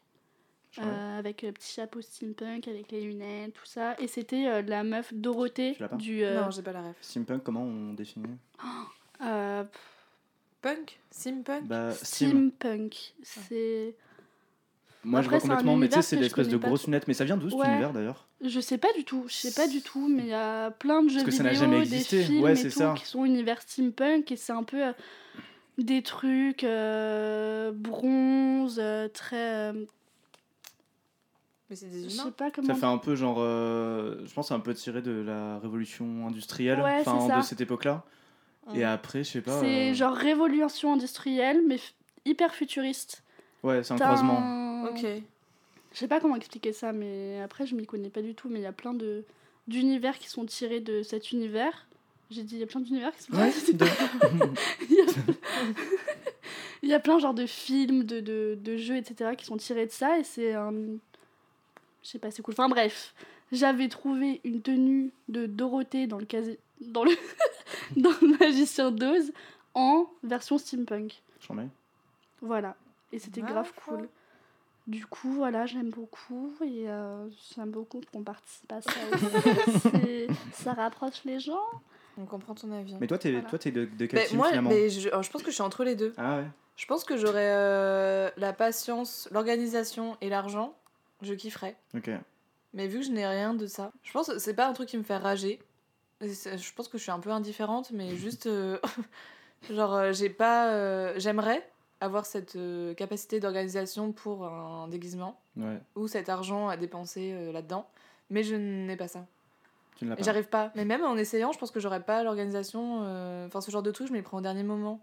Speaker 1: Ouais.
Speaker 2: euh, avec le petit chapeau steampunk, avec les lunettes, tout ça. Et c'était euh, la meuf Dorothée
Speaker 1: Tu l'as pas
Speaker 2: du. euh,
Speaker 3: Non, j'ai pas la ref.
Speaker 1: Simpunk, comment on définit
Speaker 2: euh, pff,
Speaker 3: Punk Simpunk
Speaker 1: Bah, sim.
Speaker 2: steampunk. C'est.
Speaker 1: Moi, je
Speaker 2: Après,
Speaker 1: vois
Speaker 2: c'est un
Speaker 1: complètement, mais tu sais, c'est
Speaker 2: univers que je
Speaker 1: l'espèce de
Speaker 2: connais pas
Speaker 1: grosses lunettes. Mais ça vient d'où cet
Speaker 2: Ouais.
Speaker 1: univers d'ailleurs
Speaker 2: Je sais pas du tout, je sais pas du tout, mais il y a plein de jeux
Speaker 1: que ça n'a
Speaker 2: vidéo,
Speaker 1: jamais
Speaker 2: des
Speaker 1: existé.
Speaker 2: films
Speaker 1: Ouais,
Speaker 2: et
Speaker 1: c'est
Speaker 2: tout
Speaker 1: ça.
Speaker 2: qui sont univers steampunk et c'est un peu euh, des trucs euh, bronze, euh, très. euh,
Speaker 3: Mais c'est
Speaker 2: je
Speaker 3: des
Speaker 2: sais
Speaker 3: humains.
Speaker 2: pas comment.
Speaker 1: Ça fait un peu genre. euh, je pense que c'est un peu tiré de la révolution industrielle,
Speaker 2: Ouais,
Speaker 1: enfin,
Speaker 2: c'est
Speaker 1: de
Speaker 2: ça.
Speaker 1: cette époque-là. Et après, je sais pas.
Speaker 2: C'est
Speaker 1: euh,
Speaker 2: genre révolution industrielle, mais f- hyper futuriste.
Speaker 1: Ouais, c'est un
Speaker 2: T'as
Speaker 1: *laughs* croisement.
Speaker 2: un-
Speaker 3: Ok.
Speaker 2: Je sais pas comment expliquer ça, mais après, je m'y connais pas du tout. Mais il y a plein de d'univers qui sont tirés de cet univers. J'ai dit, il y a plein d'univers qui sont
Speaker 1: Ouais,
Speaker 2: tirés de- *laughs* Il y a- *laughs* Il y a plein genre de films, de, de, de jeux, etc. qui sont tirés de ça. Et c'est un. Je sais pas, c'est cool. Enfin bref, j'avais trouvé une tenue de Dorothée dans le, casi... dans le... *laughs* dans le Magicien d'Oz en version steampunk.
Speaker 1: J'en mets.
Speaker 2: Voilà. Et c'était
Speaker 3: Ma
Speaker 2: grave
Speaker 3: foi.
Speaker 2: cool. Du coup, voilà, j'aime beaucoup et euh, j'aime beaucoup qu'on participe à ça. aussi. C'est- ça rapproche les gens.
Speaker 3: On comprend ton avis.
Speaker 1: Mais toi, t'es
Speaker 2: Voilà.
Speaker 1: toi, t'es de, de quel
Speaker 3: Ben,
Speaker 1: team
Speaker 3: moi,
Speaker 1: finalement
Speaker 3: mais je, alors, je pense que je suis entre les deux.
Speaker 1: Ah ouais.
Speaker 3: Je pense que j'aurais euh, la patience, l'organisation et l'argent. Je kifferais.
Speaker 1: Ok.
Speaker 3: Mais vu que je n'ai rien de ça, je pense que c'est pas un truc qui me fait rager. Et c'est- Je pense que je suis un peu indifférente, mais juste. euh, *laughs* genre, euh, j'ai pas. euh, J'aimerais avoir cette euh, capacité d'organisation pour un déguisement
Speaker 1: Ouais.
Speaker 3: ou cet argent à dépenser euh, là-dedans, mais je n'ai pas ça.
Speaker 1: Tu ne l'as
Speaker 3: Et
Speaker 1: pas.
Speaker 3: J'arrive pas. Mais même en essayant, je pense que j'aurais pas l'organisation. euh, Enfin, ce genre de truc, je me les prends au dernier moment.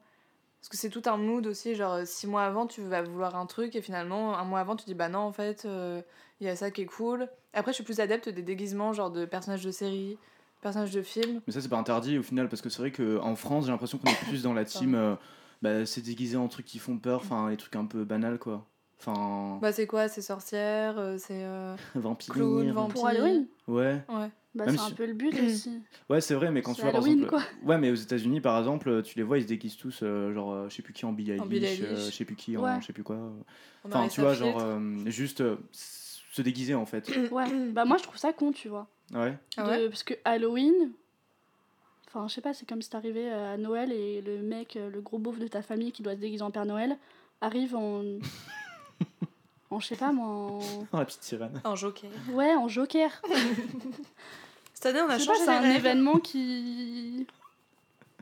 Speaker 3: Parce que c'est tout un mood aussi. Genre, euh, six mois avant, tu vas vouloir un truc et finalement, un mois avant, tu dis bah non, en fait, euh, il y a ça qui est cool. Après, je suis plus adepte des déguisements, genre de personnages de séries, personnages de films.
Speaker 1: Mais ça, c'est pas interdit au final, parce que c'est vrai qu'en France, j'ai l'impression qu'on est plus
Speaker 2: *laughs*
Speaker 1: dans la team. euh, bah, c'est déguisé en trucs qui font peur, enfin, les trucs un peu banals, quoi. Enfin, *laughs*
Speaker 3: Bah, c'est quoi C'est sorcière, euh, c'est. euh,
Speaker 1: vampire.
Speaker 3: clown, vampire.
Speaker 2: Pour Halloween,
Speaker 1: Ouais,
Speaker 3: Ouais.
Speaker 2: bah,
Speaker 1: Même
Speaker 2: c'est un
Speaker 1: si-
Speaker 2: peu le but aussi.
Speaker 1: ouais, c'est vrai, mais quand tu
Speaker 2: C'est
Speaker 1: vois par
Speaker 2: Halloween,
Speaker 1: exemple. Ouais, mais aux États-Unis, par exemple, tu les vois, ils se déguisent tous, euh, genre, euh, je sais plus qui en Billie
Speaker 3: En Billie
Speaker 1: Eilish, euh,
Speaker 3: Eilish.
Speaker 1: je sais plus qui en
Speaker 2: Ouais.
Speaker 1: je sais plus quoi.
Speaker 3: On
Speaker 1: Enfin,
Speaker 3: aurait
Speaker 1: tu
Speaker 3: ça
Speaker 1: vois,
Speaker 3: filtre.
Speaker 1: genre, euh, juste euh, s- se déguiser en
Speaker 3: *clears throat*
Speaker 1: fait.
Speaker 2: Ouais. bah moi je trouve ça con, tu vois.
Speaker 1: Ouais. *laughs*
Speaker 3: Ah ouais
Speaker 2: De- parce que Halloween, enfin je sais pas, c'est comme si t'arrivais euh, à Noël et le mec, euh, le gros beauf de ta famille qui doit se déguiser en Père Noël, arrive
Speaker 1: *laughs*
Speaker 2: en. en je sais pas moi, en.
Speaker 1: Oh, la petite sirène.
Speaker 3: Un joker.
Speaker 2: Ouais, en joker.
Speaker 3: Cette année, on a
Speaker 2: Je sais pas,
Speaker 3: changé
Speaker 2: c'est
Speaker 3: la
Speaker 2: un
Speaker 3: règle.
Speaker 2: événement qui.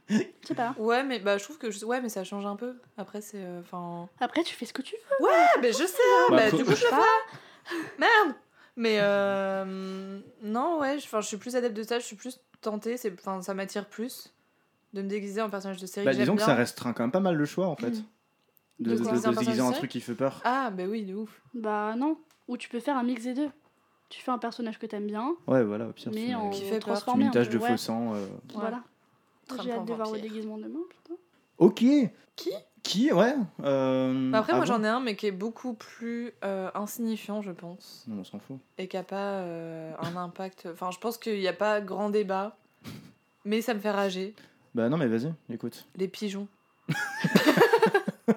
Speaker 2: Je sais pas.
Speaker 3: Ouais, mais bah, je trouve que. je- Ouais, mais ça change un peu. Après, c'est. euh, Enfin.
Speaker 2: Après, tu fais ce que tu veux.
Speaker 3: Ah, ben je sais, hein,
Speaker 1: Bah,
Speaker 3: bah,
Speaker 1: faut-
Speaker 3: du coup je le
Speaker 2: Pas.
Speaker 3: fais. Merde Mais euh, non, ouais, je 'fin, je suis plus adepte de ça, je suis plus tentée, c'est, 'fin, ça m'attire plus de me déguiser en personnage de série
Speaker 1: Bah,
Speaker 3: que j'aime
Speaker 1: disons que
Speaker 3: bien.
Speaker 1: ça restreint quand même pas mal le choix en fait.
Speaker 3: *clears throat* Mhm.
Speaker 1: De,
Speaker 2: De
Speaker 1: de-
Speaker 2: quoi
Speaker 1: de
Speaker 2: C'est un
Speaker 1: se déguiser en un
Speaker 3: personnage
Speaker 1: truc qui fait peur.
Speaker 3: Ah, bah oui, de ouf.
Speaker 2: Bah non. Ou tu peux faire un mix des deux. Tu fais un personnage que t'aimes bien,
Speaker 1: Ouais, voilà, au pire. tu
Speaker 2: mais
Speaker 1: mets-
Speaker 2: en
Speaker 1: tu
Speaker 3: Qui
Speaker 1: mets
Speaker 3: fait peur.
Speaker 2: transformé.
Speaker 1: une
Speaker 2: en-
Speaker 1: tache de
Speaker 2: ouais,
Speaker 1: faux sang. euh.
Speaker 2: Voilà.
Speaker 3: Trempe
Speaker 2: J'ai hâte de
Speaker 3: en
Speaker 2: voir vos
Speaker 3: vampire.
Speaker 2: déguisements demain, putain.
Speaker 1: Ok
Speaker 3: Qui
Speaker 1: Qui, ouais. euh,
Speaker 3: Bah, après,
Speaker 1: ah
Speaker 3: moi
Speaker 1: bon
Speaker 3: j'en ai un, mais qui est beaucoup plus euh, insignifiant, je pense,
Speaker 1: Non, on s'en fout.
Speaker 3: et qui a pas euh, un impact. Enfin, je pense qu'il n'y a pas grand débat, mais ça me fait rager.
Speaker 1: Bah non, mais vas-y, écoute.
Speaker 3: Les pigeons. *laughs*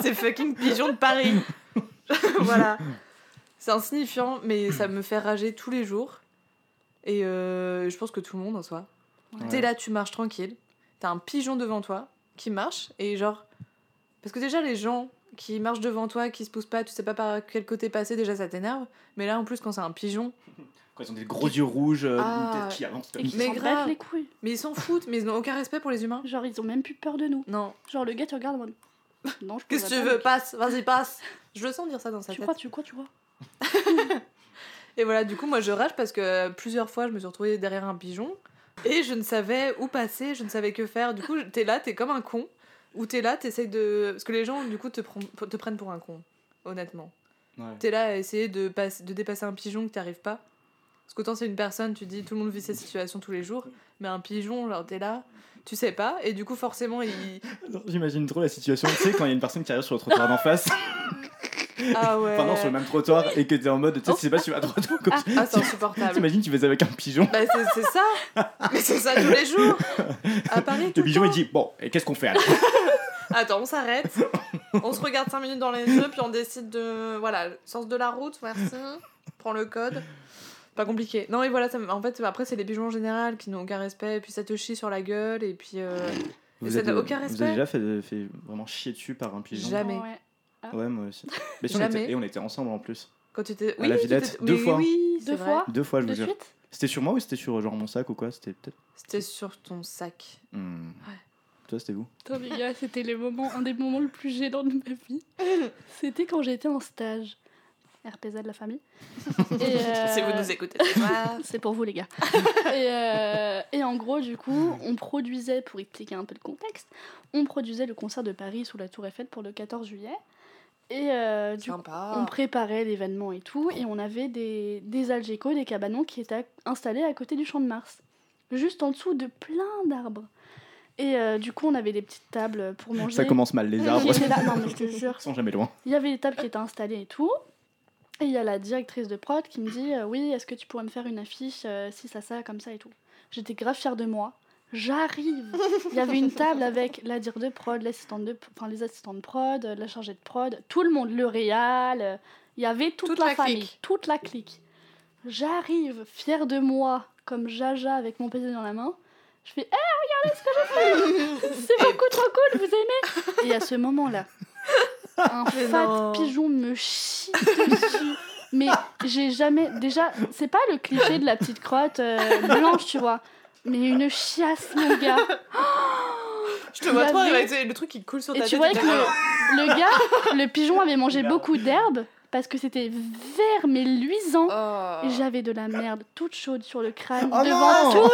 Speaker 3: Ces fucking pigeons de Paris. *laughs* voilà. C'est insignifiant, mais ça me fait rager tous les jours. Et euh, je pense que tout le monde en soi.
Speaker 2: Ouais.
Speaker 3: T'es là, tu marches tranquille. T'as un pigeon devant toi qui marche. Et genre. Parce que déjà, les gens qui marche devant toi, qui se pousse pas, tu sais pas par quel côté passer, déjà ça t'énerve. Mais là, en plus, quand c'est un pigeon,
Speaker 1: Quand ils ont des gros yeux rouges, euh,
Speaker 3: Ah,
Speaker 1: une tête qui avance.
Speaker 2: Et qui
Speaker 3: Mais
Speaker 2: s'en
Speaker 3: grave.
Speaker 2: battent les couilles.
Speaker 3: mais ils s'en foutent, mais ils n'ont aucun respect pour les humains.
Speaker 2: Genre, ils ont même plus peur de nous.
Speaker 3: Non.
Speaker 2: Genre, le gars, tu regardes en mode. Non, je peux
Speaker 3: Qu'est-ce que tu
Speaker 2: pas,
Speaker 3: veux
Speaker 2: mec.
Speaker 3: Passe, vas-y, passe. Je le sens dire ça dans sa
Speaker 2: Tu
Speaker 3: tête.
Speaker 2: crois, tu crois, tu vois
Speaker 3: Et voilà, du coup, moi je rage parce que plusieurs fois je me suis retrouvée derrière un pigeon et je ne savais où passer, je ne savais que faire. Du coup, je- t'es là, t'es comme un con. Ou t'es là, t'essayes de. Parce que les gens, du coup, te, pren- te prennent pour un con, honnêtement. T'es là à essayer de, passer- de dépasser un pigeon que t'arrives pas. Parce qu'autant c'est une personne, tu dis tout le monde vit cette situation tous les jours, mais un pigeon, alors t'es là, tu sais pas, et du coup,
Speaker 1: *laughs*
Speaker 3: forcément, il.
Speaker 1: Non, J'imagine trop la situation, tu sais, quand il y a une personne qui arrive sur le trottoir d'en face,
Speaker 3: Ah ouais.
Speaker 1: enfin non, sur le même trottoir, et que t'es en mode, tu sais, tu sais pas si tu vas à droite ou à gauche.
Speaker 3: Ah, c'est insupportable.
Speaker 1: T'imagines, tu vas avec un pigeon.
Speaker 3: Bah, c'est c'est ça! Mais c'est ça tous les jours! À Paris,
Speaker 1: *laughs*
Speaker 3: tout
Speaker 1: Le
Speaker 3: le
Speaker 1: pigeon,
Speaker 3: temps.
Speaker 1: il dit, bon, et qu'est-ce qu'on fait alors
Speaker 3: Attends, on s'arrête. on se regarde 5 minutes dans les yeux, puis on décide de. Voilà, sens de la route, merci. Prends le code. Pas compliqué. Non, et voilà, ça me- en fait, après, c'est les pigeons en général qui n'ont aucun respect, et puis ça te chie sur la gueule, et puis. euh, Mais ça
Speaker 1: êtes-
Speaker 3: n'a aucun
Speaker 1: Vous
Speaker 3: respect.
Speaker 1: avez déjà fait, fait vraiment chier dessus par un pigeon
Speaker 3: Jamais.
Speaker 2: Ouais.
Speaker 1: Ouais, moi aussi. Mais si, on
Speaker 3: Jamais.
Speaker 1: était- et on était ensemble en plus.
Speaker 3: Quand tu t'es.
Speaker 1: À la
Speaker 3: tu
Speaker 1: Villette,
Speaker 3: t'étais-
Speaker 1: deux
Speaker 3: mais
Speaker 1: fois.
Speaker 3: Oui, c'est
Speaker 2: Deux
Speaker 3: vrai.
Speaker 2: fois
Speaker 1: Deux fois, je vous
Speaker 2: De
Speaker 1: jure.
Speaker 2: suite
Speaker 1: C'était sur moi ou c'était sur euh, genre mon sac ou quoi C'était peut-être.
Speaker 3: C'était sur ton sac.
Speaker 1: Hmm.
Speaker 3: Ouais.
Speaker 1: Toi, c'était vous
Speaker 2: Putain, les gars, c'était les moments, un des moments le plus gênant de ma vie. C'était quand j'étais en stage. RPZ de la famille. Et, euh,
Speaker 3: *laughs* Si vous nous
Speaker 2: *laughs*
Speaker 3: écoutez, c'est pas-
Speaker 2: C'est pour vous, les
Speaker 3: *laughs*
Speaker 2: gars. et, euh, et en gros, du coup, on produisait, pour expliquer un peu le contexte, on produisait le concert de Paris sous la Tour Eiffel pour le 14 juillet. Et euh, du coup, on
Speaker 3: sympa.
Speaker 2: préparait l'événement et tout, et on avait des, des algécos, des cabanons qui étaient à- installés à côté du champ de Mars, juste en dessous de plein d'arbres. Et euh, du coup, on avait des petites tables pour manger.
Speaker 1: Ça commence mal, les
Speaker 2: Qui
Speaker 1: arbres. *laughs*
Speaker 2: étaient là- non, mais je te jure,
Speaker 1: Ils sont jamais loin.
Speaker 2: il y avait les tables qui étaient installées et tout. Et il y a la directrice de prod qui me dit euh, Oui, est-ce que tu pourrais me faire une affiche euh, Si, ça, ça, comme ça et tout. J'étais grave fière de moi. J'arrive Il y avait une table avec la dire de prod, l'assistante de, enfin, les assistants de prod, euh, la chargée de prod, tout le monde, le réal. euh, Il y avait toute,
Speaker 3: Toute
Speaker 2: la,
Speaker 3: la
Speaker 2: famille,
Speaker 3: clique.
Speaker 2: toute la clique. J'arrive fière de moi, comme Jaja avec mon PC dans la main. Je fais c'est beaucoup trop cool, vous aimez Et à ce moment-là, un
Speaker 3: *laughs* Mais
Speaker 2: fat
Speaker 3: non.
Speaker 2: pigeon me chie dessus. Mais j'ai jamais. Déjà, c'est pas le cliché de la petite crotte euh, blanche, tu vois. Mais une chiasse, mon gars.
Speaker 3: Je te vois
Speaker 2: il y
Speaker 3: trop,
Speaker 2: avait-
Speaker 3: avec le truc qui coule sur
Speaker 2: Et
Speaker 3: ta
Speaker 2: tu
Speaker 3: tête.
Speaker 2: voyais
Speaker 3: t'es
Speaker 2: que
Speaker 3: là,
Speaker 2: le, le gars, le pigeon avait mangé
Speaker 1: Merde.
Speaker 2: beaucoup d'herbe parce que c'était vert mais luisant.
Speaker 3: Oh. Ah,
Speaker 2: Et j'avais de la merde toute chaude sur le crâne
Speaker 1: Oh
Speaker 2: devant
Speaker 1: non
Speaker 2: tout
Speaker 3: En
Speaker 2: le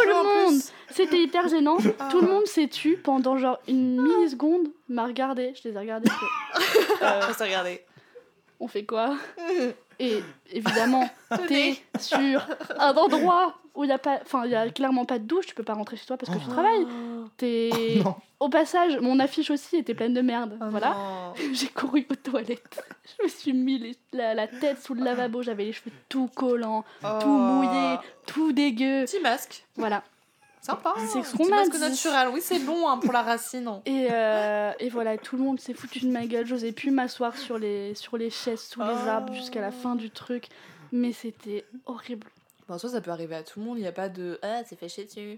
Speaker 3: plus.
Speaker 2: monde. C'était hyper gênant.
Speaker 3: Ah.
Speaker 2: Tout le monde s'est tu pendant genre une milliseconde. M'a regardé, je les ai regardés. je fais,
Speaker 3: Euh, on
Speaker 2: *laughs*
Speaker 3: s'est regardé.
Speaker 2: On fait quoi Et évidemment, t'es sur un endroit où il y a pas, enfin il y a clairement pas de douche. Tu peux pas rentrer chez toi parce que tu
Speaker 3: Oh.
Speaker 2: travailles. T'es
Speaker 1: non.
Speaker 2: au passage, mon affiche aussi était pleine de merde.
Speaker 3: Oh
Speaker 2: voilà.
Speaker 3: non.
Speaker 2: *laughs* J'ai couru aux toilettes. *laughs* Je me suis mis les- la, la tête sous le lavabo. J'avais les cheveux tout collants, tout
Speaker 3: Oh.
Speaker 2: mouillés, tout dégueu.
Speaker 3: Petit masque.
Speaker 2: Voilà.
Speaker 3: Sympa. hein.
Speaker 2: C'est ce
Speaker 3: Petit
Speaker 2: qu'on m'a
Speaker 3: masque
Speaker 2: dit.
Speaker 3: naturel. Oui, c'est *laughs* bon hein, pour la racine. hein.
Speaker 2: Et, euh, et voilà, tout le monde s'est foutu de ma gueule. J'osais plus m'asseoir sur les, sur les chaises, sous les
Speaker 3: Oh.
Speaker 2: arbres, jusqu'à la fin du truc. Mais c'était horrible.
Speaker 3: Bon, ça, ça peut arriver à tout le monde. Il n'y a pas de Ah, c'est fait chier dessus.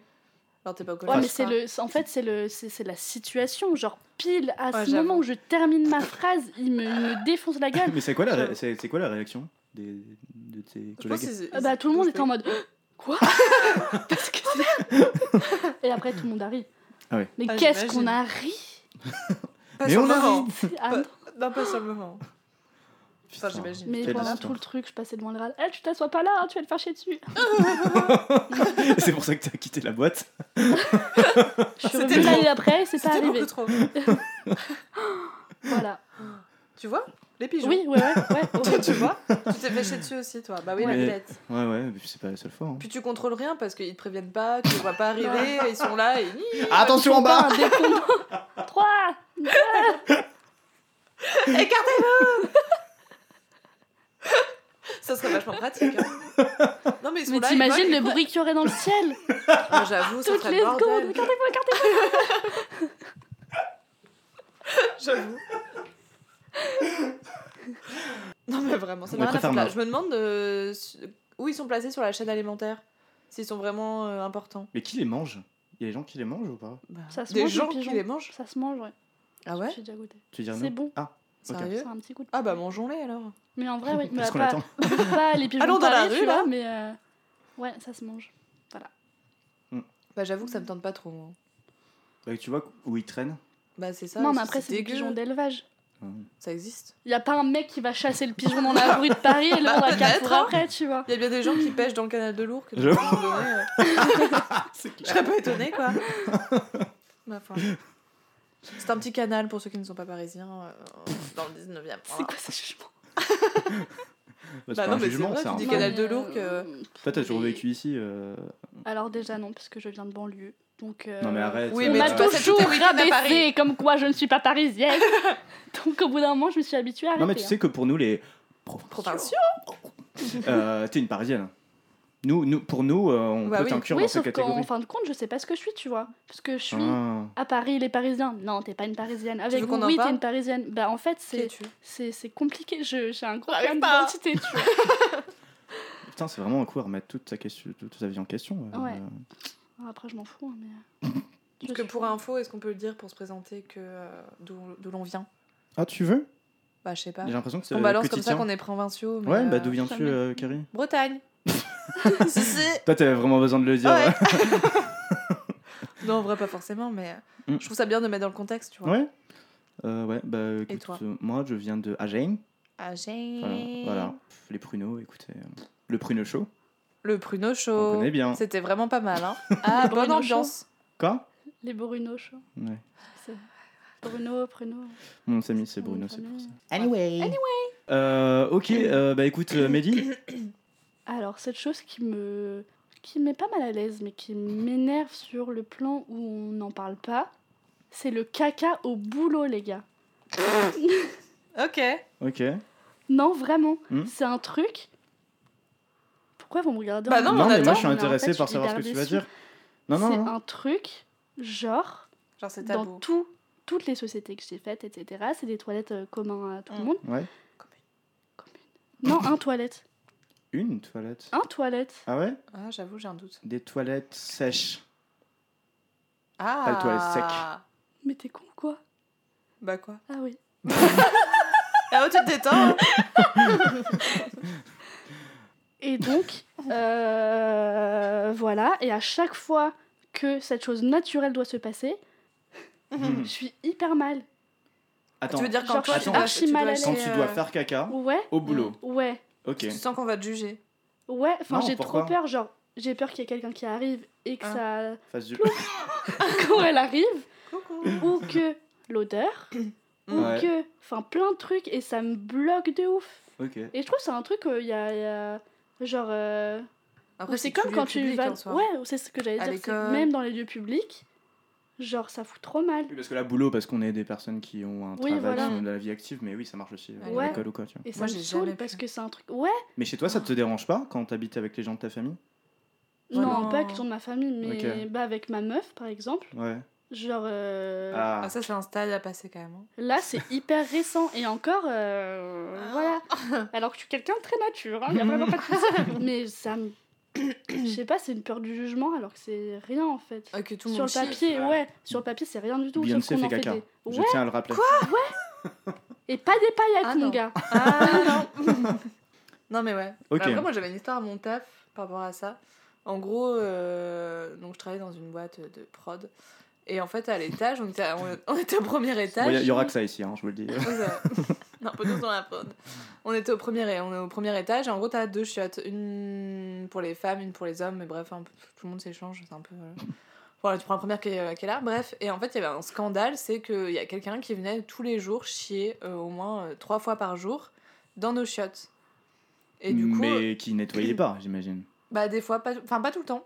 Speaker 3: Alors, t'es pas au
Speaker 2: Ouais,
Speaker 3: courage.
Speaker 2: mais c'est le, c'est- en fait, c'est le, c'est c'est la situation. Genre, pile à
Speaker 3: Ouais,
Speaker 2: ce
Speaker 3: j'avoue.
Speaker 2: moment où je termine ma phrase, il me, il me défonce la gueule.
Speaker 1: Mais c'est quoi, la ré- c'est c'est quoi la réaction des... de tes
Speaker 3: Je pense
Speaker 1: collègues
Speaker 2: Euh, bah, tout le monde était en mode *gasps* Quoi *laughs* Parce que c'est- Et après, tout le monde a ri.
Speaker 1: Ah ouais.
Speaker 2: Mais
Speaker 3: Ah,
Speaker 2: qu'est-ce
Speaker 3: j'imagine.
Speaker 2: qu'on a ri
Speaker 3: Pas
Speaker 1: Mais
Speaker 3: sur
Speaker 1: on
Speaker 3: le
Speaker 1: a
Speaker 3: moment.
Speaker 2: C'est- ah,
Speaker 3: Pas-
Speaker 2: non.
Speaker 3: Non, pas sur le moment. Enfin,
Speaker 1: Putain.
Speaker 3: j'imagine.
Speaker 2: Mais
Speaker 1: Quelle
Speaker 2: pendant
Speaker 1: histoire.
Speaker 2: tout le truc, je passais devant le râle. Eh, tu t'assois pas là, hein, tu vas te faire chier dessus.
Speaker 1: *laughs*
Speaker 3: Ah,
Speaker 1: C'est pour ça que t'as quitté la boîte.
Speaker 2: Je suis
Speaker 3: C'était
Speaker 2: revenue
Speaker 3: trop.
Speaker 2: l'année d'après, et c'est pas
Speaker 3: C'était
Speaker 2: arrivé.
Speaker 3: beaucoup trop.
Speaker 2: Voilà.
Speaker 3: Tu vois Les pigeons.
Speaker 2: Oui, ouais, ouais, ouais.
Speaker 3: *laughs* Toi,
Speaker 2: ouais.
Speaker 3: tu vois Tu t'es fait chier dessus aussi, toi. Bah oui, la
Speaker 1: Ouais.
Speaker 3: tête.
Speaker 1: Ouais, ouais, mais c'est pas la seule fois. hein.
Speaker 3: Puis tu contrôles rien parce qu'ils te préviennent pas, tu les
Speaker 2: *laughs*
Speaker 3: vois pas arriver, ils sont là et.
Speaker 1: Ah, Attention en bas
Speaker 2: 3
Speaker 3: Écartez-le *laughs* Ça serait vachement pratique. Hein. Non, mais ils sont
Speaker 2: Mais
Speaker 3: là.
Speaker 2: t'imagines
Speaker 3: ils
Speaker 2: le
Speaker 3: volent,
Speaker 2: bruit qu'il y aurait dans le ciel
Speaker 3: ils volent. Ah, J'avoue, ça
Speaker 2: Toutes
Speaker 3: serait
Speaker 2: les
Speaker 3: le bordel.
Speaker 2: secondes Écartez-vous, écartez-vous
Speaker 3: J'avoue. non mais vraiment, ça
Speaker 1: On
Speaker 3: n'a rien à
Speaker 1: préfère
Speaker 3: foutre là.
Speaker 1: Mars.
Speaker 3: bah, Je me demande euh, su- où ils sont placés sur la chaîne alimentaire. S'ils sont vraiment euh, importants. Bah,
Speaker 1: Mais qui les mange Il y a des gens qui les mangent ou pas
Speaker 2: Ça se
Speaker 3: Des
Speaker 2: mange, les
Speaker 3: gens qui
Speaker 2: pigeons.
Speaker 3: les mangent
Speaker 2: Ça se mange, ouais.
Speaker 3: Ah ouais
Speaker 2: J'ai déjà goûté.
Speaker 1: Tu dis
Speaker 2: C'est bon.
Speaker 1: Ah,
Speaker 3: Sérieux
Speaker 2: C'est un petit coup de.
Speaker 3: Ah bah Ah mangeons-les alors.
Speaker 2: Mais en
Speaker 1: *laughs*
Speaker 2: vrai, oui.
Speaker 1: Parce
Speaker 2: bah,
Speaker 1: qu'on
Speaker 2: pas,
Speaker 1: attend.
Speaker 2: *laughs*
Speaker 3: *laughs*
Speaker 2: pas les pigeons
Speaker 3: Allons
Speaker 2: de
Speaker 3: dans la
Speaker 2: Paris,
Speaker 3: rue,
Speaker 2: tu
Speaker 3: là.
Speaker 2: vois, mais euh, ouais, ça se mange.
Speaker 3: Bah j'avoue que ça me tente pas trop. moi.
Speaker 1: Bah, tu vois où ils traînent
Speaker 3: Bah c'est ça.
Speaker 2: non, mais
Speaker 3: parce que
Speaker 2: après, c'est des
Speaker 3: dégueu.
Speaker 2: pigeons d'élevage.
Speaker 3: Ça existe.
Speaker 2: Il y a pas un mec qui va chasser le pigeon dans
Speaker 3: *laughs*
Speaker 2: la rue de Paris et le
Speaker 3: Bah,
Speaker 2: vendre à 4
Speaker 3: peut-être,
Speaker 2: jours
Speaker 3: hein.
Speaker 2: après, tu vois.
Speaker 3: Il y a bien des gens qui pêchent dans le canal de Lourdes. que
Speaker 1: Je-
Speaker 3: à un moment donné, euh,
Speaker 1: *laughs*
Speaker 3: Je serais pas étonnée, quoi. Ma foi. C'est un petit canal pour ceux qui ne sont pas parisiens euh, dans le 19 e
Speaker 2: C'est quoi ce jugement
Speaker 1: Bah, c'est
Speaker 3: Bah
Speaker 1: pas
Speaker 3: non,
Speaker 1: un
Speaker 3: mais c'est
Speaker 1: jugement,
Speaker 3: vrai,
Speaker 1: c'est
Speaker 3: tu
Speaker 1: un
Speaker 3: dis
Speaker 1: fait.
Speaker 3: qu'elle a-
Speaker 1: Toi,
Speaker 3: Canal de
Speaker 2: Mais,
Speaker 3: Lourdes que-
Speaker 2: euh,
Speaker 1: t'as toujours vécu ici. euh,
Speaker 2: Alors déjà non, parce que je viens de banlieue. Donc, euh,
Speaker 1: Non, mais arrête.
Speaker 3: Oui,
Speaker 2: on
Speaker 3: mais
Speaker 2: m'a
Speaker 3: tu passes toute
Speaker 2: toujours
Speaker 3: ta week-end à
Speaker 2: rabaissé
Speaker 3: Paris.
Speaker 2: comme quoi je ne suis pas
Speaker 3: *laughs*
Speaker 2: parisienne. donc au bout d'un moment, je me suis habituée à arrêter.
Speaker 1: Non, mais tu sais que pour nous, les.
Speaker 3: hein. Provinciaux.
Speaker 1: Euh, T'es une parisienne. Nous, nous, pour nous, euh, on
Speaker 3: Bah
Speaker 1: peut
Speaker 3: oui.
Speaker 1: t'inclure
Speaker 2: hein. Oui,
Speaker 1: dans cette
Speaker 2: sauf qu'en
Speaker 1: catégorie.
Speaker 2: fin de compte, je sais pas ce que je suis, tu vois. Parce que je suis
Speaker 1: Ah.
Speaker 2: à Paris, les Parisiens. Non, t'es pas une Parisienne. Avec
Speaker 3: veux
Speaker 2: vous,
Speaker 3: qu'on en
Speaker 2: oui, t'es
Speaker 3: parle
Speaker 2: une Parisienne. Bah en fait, c'est
Speaker 3: tu
Speaker 2: c'est c'est compliqué. Je- J'ai un gros problème
Speaker 3: J'arrive pas.
Speaker 2: d'identité. tu vois.
Speaker 1: Putain, c'est vraiment un coup à remettre toute, sa question, toute sa vie en question. euh,
Speaker 2: Ouais. Ah, Après, je m'en fous. hein, mais...
Speaker 3: *laughs*
Speaker 2: Je
Speaker 3: Parce que
Speaker 2: suis-
Speaker 3: pour info, est-ce qu'on peut le dire pour se présenter que euh, d'où d'où l'on vient
Speaker 1: Ah, tu veux
Speaker 3: Bah je sais pas.
Speaker 1: J'ai l'impression que c'est.
Speaker 3: On balance
Speaker 1: que tu
Speaker 3: comme ça
Speaker 1: tiens.
Speaker 3: qu'on est provinciaux. mais,
Speaker 1: euh, Ouais, bah
Speaker 3: euh,
Speaker 1: d'où viens-tu,
Speaker 2: jamais.
Speaker 1: euh, Carrie *laughs*
Speaker 3: Bretagne. si si.
Speaker 1: Toi, t'avais vraiment besoin de le dire.
Speaker 3: Ouais. *laughs* Non, en vrai, pas forcément, mais euh,
Speaker 1: Mm.
Speaker 3: je trouve ça bien de mettre dans le contexte, tu vois.
Speaker 1: Ouais Euh, Ouais, bah écoute,
Speaker 3: toi
Speaker 1: euh, moi je viens de Agen.
Speaker 3: Ah, j'ai-
Speaker 1: Voilà, voilà. Pff, les pruneaux, écoutez. euh, le pruneau chaud,
Speaker 3: Le pruneau
Speaker 1: on
Speaker 3: chaud.
Speaker 1: connaît bien.
Speaker 3: C'était vraiment pas mal, hein. *laughs* Ah,
Speaker 2: Le
Speaker 3: bonne
Speaker 2: pruneau chaud.
Speaker 3: ambiance.
Speaker 1: Quoi
Speaker 2: Les Bruno, je-
Speaker 1: Ouais.
Speaker 2: c'est- Bruno, Bruno.
Speaker 1: Mon ami, c'est
Speaker 2: Mon
Speaker 1: Bruno,
Speaker 2: nom de
Speaker 1: c'est pour ça.
Speaker 2: famille.
Speaker 1: Anyway. Euh, ok, euh, bah écoute, euh, Mehdi,
Speaker 2: Alors, cette chose qui me qui met pas mal à l'aise, mais qui m'énerve sur le plan où on n'en parle pas, c'est le caca au boulot, les gars.
Speaker 3: Ok.
Speaker 1: ok.
Speaker 2: Non, vraiment.
Speaker 1: Hmm.
Speaker 2: C'est un truc. Pourquoi vous me regardez en
Speaker 3: Bah
Speaker 2: me
Speaker 3: non,
Speaker 1: non,
Speaker 3: on
Speaker 1: mais moi
Speaker 3: attend.
Speaker 1: je suis
Speaker 2: Mais en fait,
Speaker 1: intéressé
Speaker 2: je suis
Speaker 1: par savoir ce que
Speaker 2: hyper
Speaker 1: tu vas
Speaker 2: déçue.
Speaker 1: dire. Non, non,
Speaker 2: C'est
Speaker 1: non.
Speaker 2: un truc, genre,
Speaker 3: Genre, c'est tabou.
Speaker 2: dans tout, toutes les sociétés que j'ai faites, etc., c'est des toilettes euh, communs à tout le
Speaker 3: Hmm.
Speaker 2: monde.
Speaker 1: Ouais.
Speaker 2: Non, un toilette.
Speaker 1: Une toilette.
Speaker 2: Un toilette.
Speaker 1: Ah ouais
Speaker 3: Ah, j'avoue, j'ai un doute.
Speaker 1: Des toilettes sèches.
Speaker 3: Ah
Speaker 1: le toilette sec.
Speaker 2: Mais t'es con ou quoi
Speaker 3: Bah quoi
Speaker 2: Ah oui.
Speaker 3: Ah, oh, tu te détends hein
Speaker 1: *laughs*
Speaker 2: Et donc, euh, voilà. Et à chaque fois que cette chose naturelle doit se passer,
Speaker 1: Mhm.
Speaker 2: je suis hyper mal.
Speaker 1: Attends,
Speaker 3: Tu veux dire quand
Speaker 2: Genre,
Speaker 3: toi,
Speaker 1: je suis
Speaker 3: tu dois-
Speaker 2: archi
Speaker 3: tu dois
Speaker 2: mal à
Speaker 3: aller,
Speaker 1: quand
Speaker 2: l'aise.
Speaker 1: tu
Speaker 3: euh,
Speaker 1: dois faire caca
Speaker 2: Ouais,
Speaker 1: au boulot.
Speaker 2: ouais,
Speaker 1: Ok.
Speaker 3: Tu sens qu'on va te juger.
Speaker 2: ouais. Enfin,
Speaker 1: Non,
Speaker 2: j'ai
Speaker 1: pourquoi
Speaker 2: trop peur. Genre, j'ai peur qu'il y ait quelqu'un qui arrive et que
Speaker 3: Ah.
Speaker 2: ça. *laughs*
Speaker 1: Face du.
Speaker 2: quand elle arrive,
Speaker 3: Coucou
Speaker 1: *laughs*
Speaker 2: ou que l'odeur, ou
Speaker 1: Mm. Ouais.
Speaker 2: que. Enfin, plein de trucs et ça me bloque de ouf.
Speaker 1: Ok.
Speaker 2: Et je trouve que c'est un truc, il y, a- y a. Genre. euh,
Speaker 3: Après,
Speaker 2: c'est
Speaker 3: si
Speaker 2: comme
Speaker 3: lis
Speaker 2: quand
Speaker 3: le
Speaker 2: tu
Speaker 3: public, hein,
Speaker 2: vas.
Speaker 3: en soi. euh,
Speaker 2: ouais, c'est ce que j'allais
Speaker 3: À
Speaker 2: dire. c'est
Speaker 3: l'école.
Speaker 2: Même dans les lieux publics, genre, ça fout trop mal.
Speaker 1: Oui, parce que là, boulot, parce qu'on est des personnes qui ont un
Speaker 2: Oui,
Speaker 1: travail,
Speaker 2: voilà.
Speaker 1: qui ont de la vie active, mais oui, ça marche aussi euh, à
Speaker 2: Ouais.
Speaker 1: l'école ou quoi, tu vois.
Speaker 2: Et ça
Speaker 3: Moi,
Speaker 2: me
Speaker 3: j'ai
Speaker 2: saoule
Speaker 3: jamais pu.
Speaker 2: parce que c'est un truc. Ouais,
Speaker 1: Mais chez toi, ça te dérange pas quand t'habites avec les gens de ta famille
Speaker 3: Vraiment.
Speaker 2: non, pas que dans ma famille, mais
Speaker 1: Oh. Ok.
Speaker 2: bah, avec ma meuf, par exemple.
Speaker 1: Ouais.
Speaker 2: Genre, euh,
Speaker 1: Ah.
Speaker 3: Ah, ça, c'est un stade à passer quand même. hein.
Speaker 2: là, c'est hyper récent. Et encore, euh,
Speaker 3: Ah.
Speaker 2: voilà. Alors que je suis quelqu'un de très nature, il n'y
Speaker 1: *laughs*
Speaker 2: a vraiment pas de souci. Mais ça me. Je sais pas, c'est une peur du jugement alors que c'est rien en fait.
Speaker 3: Ah, que tout le
Speaker 2: Sur
Speaker 3: monde
Speaker 2: le
Speaker 3: chie.
Speaker 2: papier,
Speaker 1: ouais.
Speaker 2: ouais, sur le papier, c'est rien du tout. sauf
Speaker 1: Beyoncé
Speaker 2: qu'on
Speaker 1: fait
Speaker 2: en fait
Speaker 1: caca.
Speaker 2: des-
Speaker 1: Je
Speaker 2: Ouais,
Speaker 1: tiens à le rappeler.
Speaker 2: et pas des paillettes,
Speaker 3: Ah,
Speaker 2: mon
Speaker 3: non.
Speaker 2: gars.
Speaker 3: Ah non *laughs* Non, mais ouais.
Speaker 1: Ok.
Speaker 3: Après, moi, j'avais une histoire à mon taf par rapport à ça. En gros, euh, donc je travaillais dans une boîte de prod. Et en fait, à l'étage, on était, à- on, on était au premier
Speaker 1: Il
Speaker 3: étage.
Speaker 1: y, y aura que ça ici, hein, je vous le dis.
Speaker 3: On est- on est un peu tous dans la prod. On était au premier, on est au premier étage et en gros t'as deux chiottes, une pour les femmes, une pour les hommes, mais bref, un peu- tout le monde s'échange, c'est un peu. voilà. Voilà, tu prends la première qui est, euh, qui est là, bref. Et en fait, il y avait un scandale, c'est qu'il y a quelqu'un qui venait tous les jours chier euh, au moins euh, trois fois par jour dans nos chiottes. Et du coup, euh,
Speaker 1: mais qui nettoyait
Speaker 3: *clears throat*
Speaker 1: pas, j'imagine.
Speaker 3: bah des fois, pas, enfin pas tout le temps.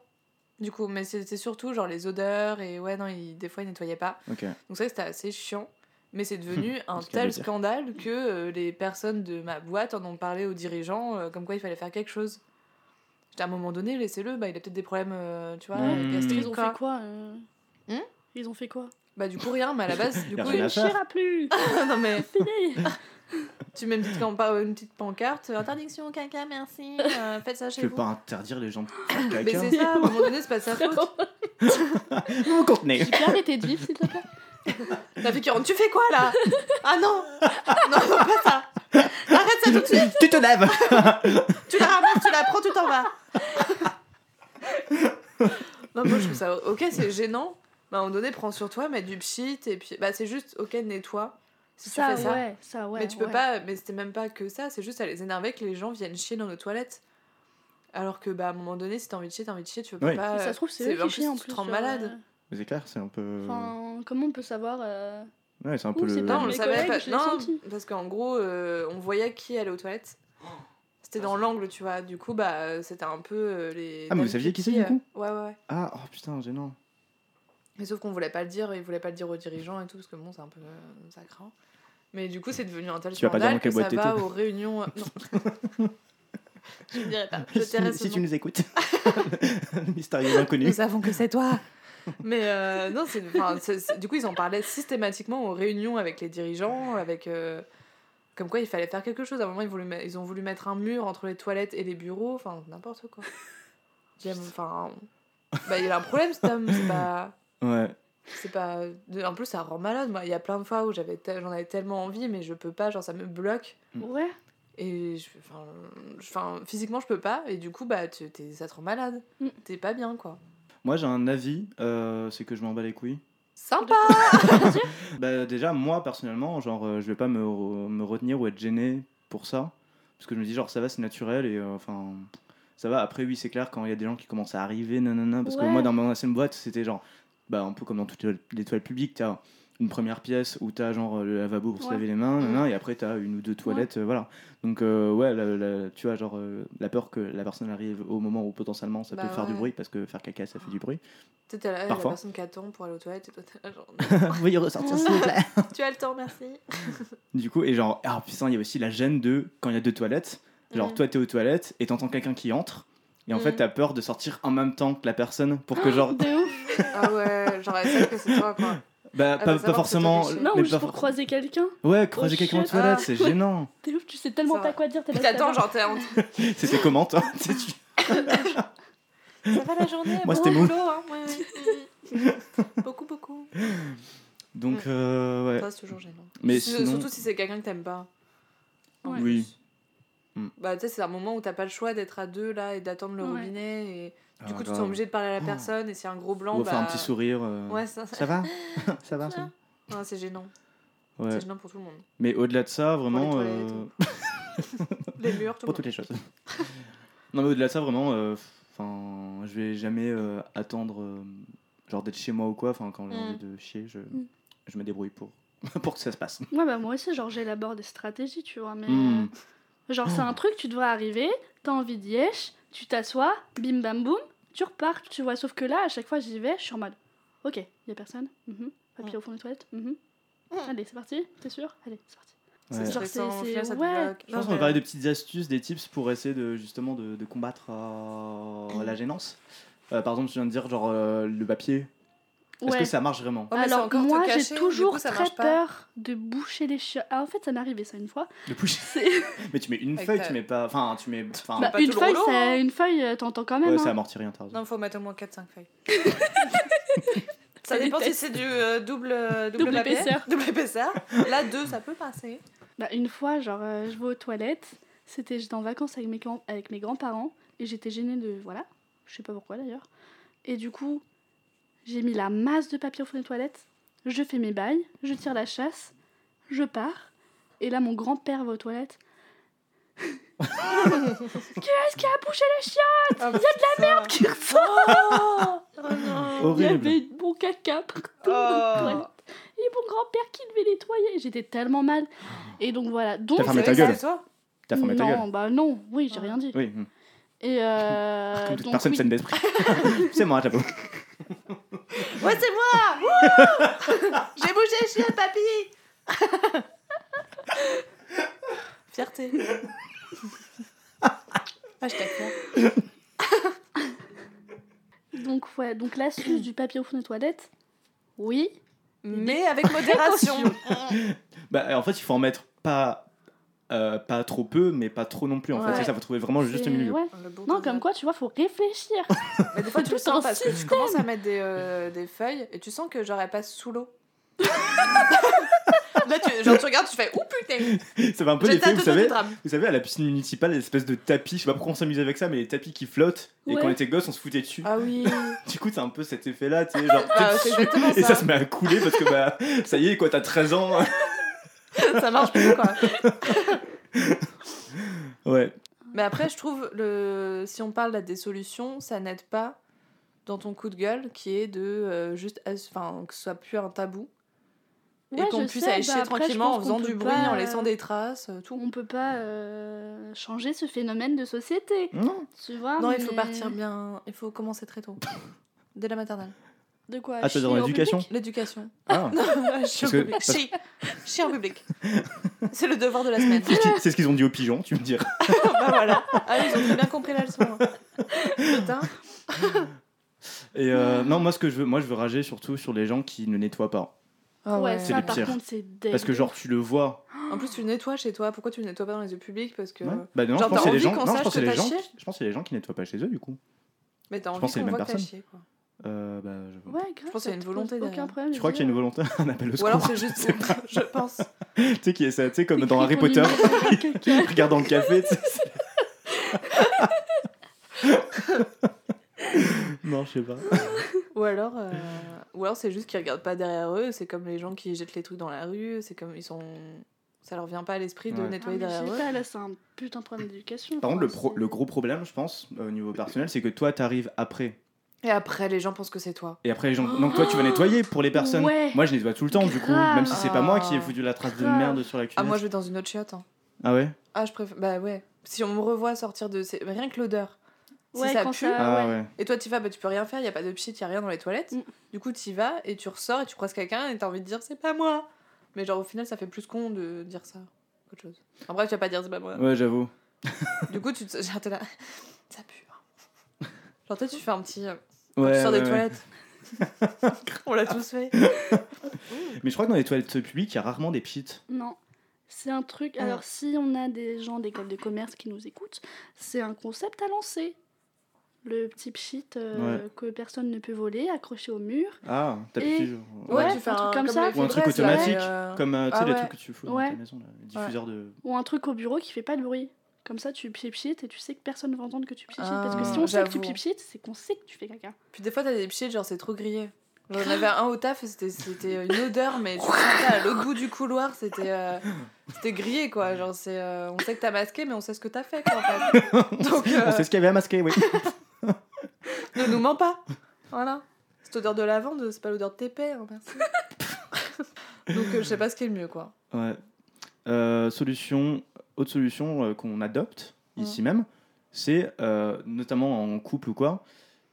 Speaker 3: Du coup, mais c'était surtout genre les odeurs et ouais, non, il- des fois il nettoyait pas.
Speaker 1: Ok.
Speaker 3: Donc c'est vrai que c'était assez chiant, mais
Speaker 1: *laughs*
Speaker 3: c'est devenu un
Speaker 1: ce qu'il y a de
Speaker 3: tel
Speaker 1: dire.
Speaker 3: scandale que euh, les personnes de ma boîte en ont parlé aux dirigeants, euh, comme quoi il fallait faire quelque chose. J'étais à un moment donné, laissez-le, bah, il a peut-être des problèmes, euh, tu vois,
Speaker 1: Mmh.
Speaker 3: gastriques,
Speaker 2: Ils ont
Speaker 3: quoi.
Speaker 2: fait quoi euh
Speaker 3: Hein
Speaker 2: Ils ont fait quoi
Speaker 3: Bah du coup rien, mais à
Speaker 1: *laughs*
Speaker 3: la base, du
Speaker 1: Y a
Speaker 3: coup,
Speaker 1: rien
Speaker 2: Tu
Speaker 1: à
Speaker 2: ne
Speaker 1: faire.
Speaker 2: chieras plus
Speaker 1: *laughs*
Speaker 3: *laughs* non mais
Speaker 2: Fini
Speaker 3: tu mets une petite, campa- une petite pancarte, euh, interdiction caca, merci, euh, faites ça
Speaker 1: Tu
Speaker 3: chez
Speaker 1: peux
Speaker 3: vous.
Speaker 1: pas interdire les gens de faire
Speaker 3: Mais
Speaker 1: caca
Speaker 2: *laughs*
Speaker 3: c'est ça, à un moment donné, c'est pas de sa faute.
Speaker 1: Vous contenez
Speaker 2: J'ai bien été dit, s'il te plaît.
Speaker 3: La fille qui rentre, tu fais quoi là Ah non Non, *laughs* non, pas ça Arrête ça tout de suite
Speaker 1: *laughs* tu te
Speaker 3: *laughs*
Speaker 1: lèves
Speaker 3: Tu la ramasses, tu la prends, tu t'en vas Non, moi je trouve ça ok, c'est gênant, mais à un moment donné, prends sur toi, mets du pchit, et puis bah c'est juste ok, nettoie. Si tu
Speaker 2: ça,
Speaker 3: fais ça,
Speaker 2: ouais, ça, ouais.
Speaker 3: mais tu peux
Speaker 2: ouais.
Speaker 3: pas, mais c'était même pas que ça, c'est juste à les énerver que les gens viennent chier dans nos toilettes. Alors que bah à un moment donné, si t'as envie de chier, t'as envie de chier, tu veux
Speaker 1: Ouais.
Speaker 3: pas.
Speaker 2: Mais ça se trouve, c'est eux
Speaker 3: en
Speaker 2: qui chient en
Speaker 3: tu
Speaker 2: plus.
Speaker 3: te rends
Speaker 2: genre,
Speaker 3: malade.
Speaker 2: euh,
Speaker 1: Mais c'est clair, c'est un peu. Hmm.
Speaker 2: Enfin, comment on peut savoir euh,
Speaker 1: Ouais, c'est un
Speaker 2: Ouh,
Speaker 1: peu
Speaker 2: c'est
Speaker 1: le. Ah,
Speaker 2: pas
Speaker 3: Non, on le
Speaker 2: Mes
Speaker 3: savait
Speaker 2: collègues,
Speaker 3: pas.
Speaker 2: je l'ai
Speaker 3: Non,
Speaker 2: senti.
Speaker 3: parce qu'en gros, euh, on voyait qui allait aux toilettes. C'était
Speaker 2: Ah,
Speaker 3: dans l'angle, tu vois. Du coup, bah, euh, c'était un peu euh, les.
Speaker 1: Ah, mais vous
Speaker 3: dames
Speaker 1: saviez qui c'est,
Speaker 3: piquent,
Speaker 1: du coup
Speaker 3: euh, Ouais, ouais, ouais.
Speaker 1: Ah, oh putain, gênant.
Speaker 3: Mais sauf qu'on voulait pas le dire, ils voulaient pas le dire aux dirigeants et tout, parce que bon, c'est un peu. euh, ça craint. Mais du coup, c'est devenu un tel
Speaker 1: Tu vas pas dire
Speaker 3: scandale
Speaker 1: dans quelle
Speaker 3: que ça
Speaker 1: boîte
Speaker 3: va
Speaker 1: t'étais.
Speaker 3: aux réunions. euh, Non.
Speaker 1: *laughs*
Speaker 3: Je ne dirais pas. Je
Speaker 1: si,
Speaker 3: tairai ce
Speaker 1: si
Speaker 3: nom.
Speaker 1: tu nous
Speaker 3: *laughs*
Speaker 1: écoutes, *laughs* le mystérieux inconnu.
Speaker 3: Nous savons que c'est toi. Mais euh, non, c'est, enfin, c'est- c'est- du coup, ils en parlaient systématiquement aux réunions avec les dirigeants, avec euh, comme quoi il fallait faire quelque chose. À un moment, ils, voulaient me- ils ont voulu mettre un mur entre les toilettes et les bureaux, enfin n'importe
Speaker 1: *laughs*
Speaker 3: quoi. J'aime- enfin, bah, il y a un problème, cet homme. C'est pas,
Speaker 1: Ouais.
Speaker 3: c'est pas. de- En plus, ça rend malade. Moi, il y a plein de fois où j'avais, tel- j'en avais tellement envie, mais je peux pas. Genre, ça me bloque.
Speaker 2: Ouais.
Speaker 3: Et je- enfin, je- enfin, physiquement, je peux pas. Et du coup, bah, tu- t'es- ça te rend malade.
Speaker 2: Mm.
Speaker 3: T'es pas bien, quoi.
Speaker 1: Moi, j'ai un avis, euh, c'est que je m'en bats les couilles.
Speaker 3: Sympa.
Speaker 1: Bah, déjà, moi, personnellement, genre, euh, je vais pas me, re- me retenir ou être gêné pour ça. Parce que je me dis, genre, ça va, c'est naturel et euh, enfin. ça va, après, oui, c'est clair, quand il y a des gens qui commencent à arriver, nanana. Parce que
Speaker 2: Ouais.
Speaker 1: moi, dans ma ancienne boîte, c'était genre. Bah, un peu comme dans toutes les- les toilettes publiques, t'as une première pièce où t'as genre le lavabo pour se
Speaker 2: Ouais.
Speaker 1: laver les mains, nanana, et après t'as une ou deux toilettes, euh, voilà. Donc, euh, ouais, la- la- tu vois, genre, euh, la peur que la personne arrive au moment où potentiellement ça
Speaker 3: Bah
Speaker 1: peut faire du
Speaker 3: ouais.
Speaker 1: bruit, parce que faire caca, ça fait du bruit.
Speaker 3: Tu sais, t'as la, la
Speaker 1: Parfois.
Speaker 3: personne qui attend pour aller aux toilettes et toi, t'es là,
Speaker 1: *laughs*
Speaker 3: genre,
Speaker 1: Veuillez *laughs* ressortir, s'il vous plaît.
Speaker 3: tu as le temps, merci.
Speaker 1: Du coup, et genre, ah putain, il y a aussi la gêne de quand il y a deux toilettes. Genre,
Speaker 3: Mm.
Speaker 1: toi, t'es aux toilettes et t'entends quelqu'un qui entre. Et en fait,
Speaker 3: Mm.
Speaker 1: t'as peur de sortir en même temps que la personne pour que, genre,
Speaker 2: De
Speaker 1: *laughs*
Speaker 2: ouf.
Speaker 3: Ah ouais, genre, elle sait que c'est toi, quoi.
Speaker 1: bah, pas,
Speaker 3: bah, savoir
Speaker 1: pas
Speaker 3: que
Speaker 1: forcément.
Speaker 3: t'es obligé.
Speaker 2: Non,
Speaker 1: mais
Speaker 2: ou juste
Speaker 1: pas
Speaker 2: pour
Speaker 1: for-
Speaker 2: croiser quelqu'un.
Speaker 1: Ouais, croiser
Speaker 2: Oh,
Speaker 1: quelqu'un aux
Speaker 2: shit.
Speaker 1: toilettes,
Speaker 3: Ah.
Speaker 1: c'est
Speaker 3: *laughs*
Speaker 1: gênant.
Speaker 2: De ouf, tu sais tellement
Speaker 3: Ça
Speaker 2: pas
Speaker 3: va.
Speaker 2: quoi dire. T'es
Speaker 3: Puis
Speaker 2: là.
Speaker 3: t'attends,
Speaker 2: ça va.
Speaker 3: genre, t'es en...
Speaker 1: C'était comment, toi *laughs* T'es- tu-
Speaker 3: Ça va la journée,
Speaker 1: Moi,
Speaker 3: beaucoup
Speaker 1: c'était
Speaker 3: de
Speaker 1: mou.
Speaker 3: boulot, hein, ouais, ouais. *laughs* Mm. beaucoup, beaucoup.
Speaker 1: Donc, euh, ouais.
Speaker 3: Ça, c'est toujours gênant.
Speaker 1: Mais
Speaker 3: S-
Speaker 1: sinon,
Speaker 3: Surtout si c'est quelqu'un que t'aimes pas. En
Speaker 2: Ouais.
Speaker 1: Oui.
Speaker 3: plus.
Speaker 1: Mm.
Speaker 3: Bah, tu sais, c'est un moment où t'as pas le choix d'être à deux, là, et d'attendre le
Speaker 2: Ouais.
Speaker 3: robinet, et
Speaker 1: Ah,
Speaker 3: du coup, tu te
Speaker 1: grave.
Speaker 3: sens obligé de parler à
Speaker 1: Oh.
Speaker 3: la personne, et s'il y a un gros blanc,
Speaker 1: on va
Speaker 3: bah...
Speaker 1: faire un petit sourire. euh,
Speaker 3: Ouais, ça, *laughs*
Speaker 1: Ça va *laughs* Ça va, ça
Speaker 3: Ouais, c'est gênant.
Speaker 1: va Ouais.
Speaker 3: C'est gênant pour tout le monde.
Speaker 1: Mais au-delà de ça, vraiment.
Speaker 3: Pour les
Speaker 1: euh,
Speaker 3: toilettes,
Speaker 1: *laughs*
Speaker 3: Les murs, tout
Speaker 1: pour
Speaker 3: le monde.
Speaker 1: toutes les choses. *laughs* non, mais au-delà de ça, vraiment, euh, enfin, je vais jamais euh, attendre, euh, genre d'être chez moi ou quoi. Enfin, quand j'ai
Speaker 3: Mm.
Speaker 1: envie de chier, je, je me débrouille pour *laughs* pour que ça se passe.
Speaker 2: Ouais, bah moi aussi, genre, j'élabore des stratégies, tu vois. Mais
Speaker 1: Mm.
Speaker 2: genre, c'est un truc, tu devrais arriver, t'as envie d'y être, tu t'assois, bim bam boum, tu repars, tu vois. Sauf que là, à chaque fois, j'y vais, je suis en mode, ok, y a personne, mhm,
Speaker 3: Mm.
Speaker 2: papier au fond des toilettes, mhm. allez, c'est parti, t'es sûr Allez, c'est parti.
Speaker 1: Ouais.
Speaker 3: C'est
Speaker 2: genre,
Speaker 3: stressant,
Speaker 2: c'est-
Speaker 3: au final, ça te
Speaker 2: ouais.
Speaker 3: bloque.
Speaker 1: Je pense
Speaker 3: Non,
Speaker 1: qu'on va
Speaker 3: mais-
Speaker 1: parler de petites astuces, des tips pour essayer de justement de, de combattre
Speaker 3: Mm.
Speaker 1: euh, la gênance. Euh, par exemple, tu viens de dire genre euh, le papier. Est-ce que
Speaker 2: Ouais.
Speaker 1: ça marche vraiment
Speaker 3: Ouais, Oh, mais c'est
Speaker 2: Alors
Speaker 3: encore te
Speaker 2: moi
Speaker 3: cacher,
Speaker 2: j'ai
Speaker 3: du
Speaker 2: toujours
Speaker 3: coup, ça
Speaker 2: très
Speaker 3: marche pas.
Speaker 2: peur de boucher les chiottes. Ah en fait ça m'est arrivé ça une fois.
Speaker 1: Le push.
Speaker 3: *laughs*
Speaker 1: *laughs* mais tu mets une
Speaker 3: Avec
Speaker 1: feuille,
Speaker 3: ta-
Speaker 1: tu mets pas. Enfin, tu mets. Enfin,
Speaker 2: Bah,
Speaker 3: pas
Speaker 2: une
Speaker 3: tout le
Speaker 2: feuille,
Speaker 3: rouleau,
Speaker 2: ça-
Speaker 3: hein.
Speaker 2: une feuille euh, t'entends quand même.
Speaker 1: Ah, ouais,
Speaker 2: hein.
Speaker 1: ça amortit rien, t'as raison.
Speaker 3: Non, faut mettre au moins 4-5
Speaker 2: *laughs*
Speaker 3: feuilles.
Speaker 2: Ça
Speaker 3: ça dépend si
Speaker 2: déteste.
Speaker 3: c'est du euh, double, euh,
Speaker 2: Double
Speaker 3: papier,
Speaker 2: épaisseur.
Speaker 3: Double épaisseur. Là, deux, ça peut passer.
Speaker 2: Bah, une fois genre euh, je vais aux toilettes. C'était j'étais en vacances avec mes grands avec mes grands parents et j'étais gênée de voilà je sais pas pourquoi d'ailleurs. Et du coup j'ai mis la masse de papier au fond des toilettes. Je fais mes bails, je tire la chasse, je pars. Et là mon grand père va aux toilettes.
Speaker 3: *laughs*
Speaker 2: Qu'est-ce qui a bouché les chiottes
Speaker 3: Il y a de la merde
Speaker 2: qui ressort
Speaker 3: bah, Oh, oh non.
Speaker 2: Il y
Speaker 1: Horrible.
Speaker 2: avait mon caca partout dans les
Speaker 3: Oh.
Speaker 2: toilettes. Et mon grand-père qui devait nettoyer. J'étais tellement mal. Et donc voilà. Donc,
Speaker 1: T'as fermé ta
Speaker 3: C'est vrai que
Speaker 1: gueule.
Speaker 3: c'est toi
Speaker 1: T'as fermé ta
Speaker 3: Euh,
Speaker 1: gueule.
Speaker 2: Non, bah non, oui, j'ai rien dit.
Speaker 1: Oui. hum.
Speaker 2: Et euh,
Speaker 1: Comme toute
Speaker 2: donc,
Speaker 1: personne
Speaker 2: oui.
Speaker 1: saine d'esprit. *laughs* c'est moi, j'avoue.
Speaker 3: Ouais, c'est *laughs* moi Wouh J'ai bougé, chien, papy *laughs* Fierté. *laughs* Hashtag fier.
Speaker 2: donc, ouais, donc l'astuce du papier au fond des toilettes, oui.
Speaker 3: Mais avec modération.
Speaker 1: Bah, en fait, il faut en mettre pas, euh, pas trop peu, mais pas trop non plus. En fait,
Speaker 3: Ouais.
Speaker 1: c'est ça, faut trouver vraiment le juste
Speaker 2: c'est-
Speaker 1: milieu.
Speaker 2: ouais.
Speaker 3: Le beau
Speaker 2: Non,
Speaker 3: dosage.
Speaker 2: comme quoi, tu vois, faut réfléchir.
Speaker 3: Mais des fois, tu le
Speaker 2: Tout un
Speaker 3: sens parce que tu commences à mettre des, euh, des feuilles et tu sens que genre elle passe sous l'eau. *laughs* Là, tu, genre, tu regardes, tu fais Ouh putain
Speaker 1: Ça va un peu
Speaker 3: J'étais
Speaker 1: l'effet,
Speaker 3: à
Speaker 1: vous
Speaker 3: deux
Speaker 1: savez,
Speaker 3: doigts du drame.
Speaker 1: vous savez, à la piscine municipale, l'espèce de tapis, je sais pas pourquoi on s'amusait avec ça, mais les tapis qui flottent, et
Speaker 2: Ouais.
Speaker 1: quand on était gosse, on se foutait dessus.
Speaker 3: Ah oui
Speaker 1: Du coup, t'as un peu cet effet-là, tu sais, genre, t'es
Speaker 3: Ah, c'est
Speaker 1: dessus,
Speaker 3: exactement
Speaker 1: et ça
Speaker 3: ça.
Speaker 1: se met à couler parce que bah, ça y est, quoi, t'as 13
Speaker 3: *laughs*
Speaker 1: ans.
Speaker 3: *laughs* Ça marche plus, quoi.
Speaker 1: Ouais,
Speaker 3: Mais après, je trouve, le... si on parle là des solutions, ça n'aide pas dans ton coup de gueule qui est de euh, juste ass- enfin, que ce soit plus un tabou et
Speaker 2: Ouais,
Speaker 3: qu'on
Speaker 2: je
Speaker 3: puisse
Speaker 2: sais,
Speaker 3: aller
Speaker 2: bah
Speaker 3: chier
Speaker 2: après, je
Speaker 3: tranquillement en
Speaker 2: pense qu'on
Speaker 3: faisant du
Speaker 2: peut
Speaker 3: bruit,
Speaker 2: pas,
Speaker 3: en
Speaker 2: euh,
Speaker 3: laissant des traces, euh, tout.
Speaker 2: On peut pas euh, changer ce phénomène de société,
Speaker 1: non.
Speaker 2: tu vois.
Speaker 3: Non, il faut
Speaker 2: mais-
Speaker 3: partir bien, il faut commencer très
Speaker 2: *laughs*
Speaker 3: tôt. Dès la maternelle.
Speaker 2: De quoi
Speaker 1: Ah, t'as
Speaker 2: chier
Speaker 1: dans
Speaker 2: en
Speaker 1: l'éducation
Speaker 2: public *laughs*
Speaker 3: L'éducation.
Speaker 1: Ah.
Speaker 3: Chier en
Speaker 1: que-
Speaker 3: public.
Speaker 1: parce-
Speaker 3: Chier. Chier en public. *laughs* C'est le devoir de la
Speaker 2: *laughs*
Speaker 3: semaine.
Speaker 1: C'est ce qui- C'est ce qu'ils ont dit aux pigeons, tu me diras.
Speaker 3: bah voilà. Ah, ils ont très bien compris la
Speaker 2: *laughs*
Speaker 3: leçon. hein. Putain.
Speaker 1: Et euh, non, moi, ce que je veux, moi, je veux rager surtout sur les gens qui ne nettoient pas.
Speaker 3: Ah
Speaker 2: ouais,
Speaker 1: C'est
Speaker 2: ça
Speaker 1: les
Speaker 2: par
Speaker 1: pires.
Speaker 2: contre c'est dead.
Speaker 1: Parce que, genre, tu le vois.
Speaker 3: En plus, tu le nettoies chez toi. Pourquis tu le nettoies pas dans les yeux publics Parce que.
Speaker 1: Ouais. Bah, non, je
Speaker 3: Genre,
Speaker 1: pense que c'est
Speaker 3: t'as
Speaker 1: les
Speaker 3: envie
Speaker 1: gens.
Speaker 3: qu'on
Speaker 1: Non, je
Speaker 3: sache
Speaker 1: pense que c'est
Speaker 3: que
Speaker 1: les
Speaker 3: t'as
Speaker 1: gens.
Speaker 3: chié
Speaker 1: Je pense que c'est les gens qui nettoient pas chez eux, du coup.
Speaker 3: Mais t'as envie
Speaker 1: pense que c'est
Speaker 3: qu'on
Speaker 1: les
Speaker 3: voit
Speaker 1: mêmes
Speaker 3: que t'as
Speaker 1: personnes.
Speaker 3: chié, quoi.
Speaker 1: Euh, bah, je...
Speaker 2: Ouais, grave.
Speaker 3: Je pense qu'il
Speaker 2: ça
Speaker 3: y a une
Speaker 2: te
Speaker 3: volonté
Speaker 2: pose Aucun
Speaker 3: derrière.
Speaker 2: problème.
Speaker 1: Tu crois qu'il y a une volonté *laughs* Un appel au
Speaker 3: Ou
Speaker 1: secours
Speaker 3: alors c'est juste. *laughs* je pense.
Speaker 1: Tu sais, qui est ça, tu sais, comme
Speaker 2: Écris
Speaker 1: dans Harry
Speaker 2: ton
Speaker 1: Potter,
Speaker 2: numéro à quelqu'un.
Speaker 1: regarde dans le café, tu sais.
Speaker 2: *laughs*
Speaker 1: c'est- Non, je sais pas.
Speaker 3: Ou alors, euh, ou alors c'est juste qu'ils regardent pas derrière eux. C'est comme les gens qui jettent les trucs dans la rue. C'est comme ils sont. Ça leur vient pas à l'esprit de
Speaker 1: Ouais.
Speaker 2: Ah, mais
Speaker 3: nettoyer derrière
Speaker 2: je sais
Speaker 3: eux.
Speaker 2: pas, là, c'est un putain de problème d'éducation.
Speaker 1: Par contre,
Speaker 2: quoi,
Speaker 1: le, pro-
Speaker 2: c'est-
Speaker 1: le gros problème, je pense, euh, au niveau personnel, c'est que toi, t'arrives après.
Speaker 3: Et après, les gens pensent que c'est toi.
Speaker 1: Et après, les gens. Donc, toi, tu vas nettoyer pour les personnes.
Speaker 2: Oh Ouais.
Speaker 1: Moi, je nettoie tout le temps, du coup.
Speaker 2: Grave.
Speaker 1: Même si c'est pas moi qui ai
Speaker 3: Ah.
Speaker 1: foutu la trace de
Speaker 2: Grave.
Speaker 1: merde sur la
Speaker 3: Ah,
Speaker 1: cuvette.
Speaker 3: moi je vais dans une autre chiotte. hein.
Speaker 1: Ah ouais
Speaker 3: Ah, je préfère. Bah ouais. Si on me revoit sortir de. c'est- Rien que l'odeur. Si
Speaker 2: Ouais,
Speaker 3: ça
Speaker 2: quand
Speaker 3: pue.
Speaker 2: ça- Ah
Speaker 1: Ah
Speaker 2: ouais.
Speaker 1: ouais.
Speaker 3: Et toi, tu vas, bah tu peux rien faire. Il y a pas de pchit, il y a rien dans les toilettes.
Speaker 2: Mm.
Speaker 3: Du coup, tu vas et tu ressors et tu croises quelqu'un et t'as envie de dire c'est pas moi. Mais genre au final, ça fait plus con de dire ça qu'autre chose. En bref, tu vas pas dire c'est pas moi.
Speaker 1: Ouais, j'avoue.
Speaker 3: Du coup, tu te. genre, t'es là. *laughs* Ça pue. hein. Genre, toi, tu fais un petit. euh,
Speaker 1: Ouais,
Speaker 3: tu sors
Speaker 1: ouais,
Speaker 3: des
Speaker 1: ouais.
Speaker 3: toilettes.
Speaker 1: *laughs*
Speaker 3: On l'a tous fait.
Speaker 1: Mais je crois que dans les toilettes publiques, il y a rarement des pits.
Speaker 2: Non. C'est un truc.
Speaker 3: Ouais.
Speaker 2: Alors, si on a des gens d'école de commerce qui nous écoutent, c'est un concept à lancer. Le petit pchit euh, que personne ne peut voler, accroché au mur.
Speaker 1: Ah, t'as
Speaker 2: Et-
Speaker 1: pigé.
Speaker 2: Ouais, tu fais un- comme ça.
Speaker 1: Ou un truc automatique, Comme euh, tu sais,
Speaker 3: Ah
Speaker 1: les
Speaker 3: ouais.
Speaker 1: trucs que tu fous dans
Speaker 2: Ouais.
Speaker 1: ta maison, là, les diffuseurs de.
Speaker 2: Ou un truc au bureau qui fait pas de bruit. Comme ça, tu pchit-pchit et tu sais que personne va entendre que tu pchit-pchit. Parce que
Speaker 1: Ah,
Speaker 2: si on sait que tu
Speaker 3: j'avoue.
Speaker 2: pchit-pchit, c'est qu'on sait que tu fais caca.
Speaker 3: Puis des fois, t'as des pieds, genre, c'est trop grillé. J'en avais un au taf, et c'était- c'était une odeur, mais tu sentais à l'autre bout du couloir, c'était euh, c'était grillé, quoi. Genre, c'est euh, on sait que t'as masqué, mais on sait ce que t'as fait, quoi, en fait. *laughs* Donc,
Speaker 1: *laughs* On
Speaker 3: euh,
Speaker 1: sait ce qu'il y avait à masquer,
Speaker 3: *laughs*
Speaker 1: oui.
Speaker 3: ne nous mens pas. Voilà. Cette odeur de lavande, c'est pas l'odeur de TP, hein, merci. *laughs* Donc, euh, je sais pas ce qui est le mieux, quoi.
Speaker 1: Ouais. Euh, solution, autre solution euh, qu'on adopte
Speaker 3: Ouais.
Speaker 1: ici même, c'est euh, notamment en couple ou quoi,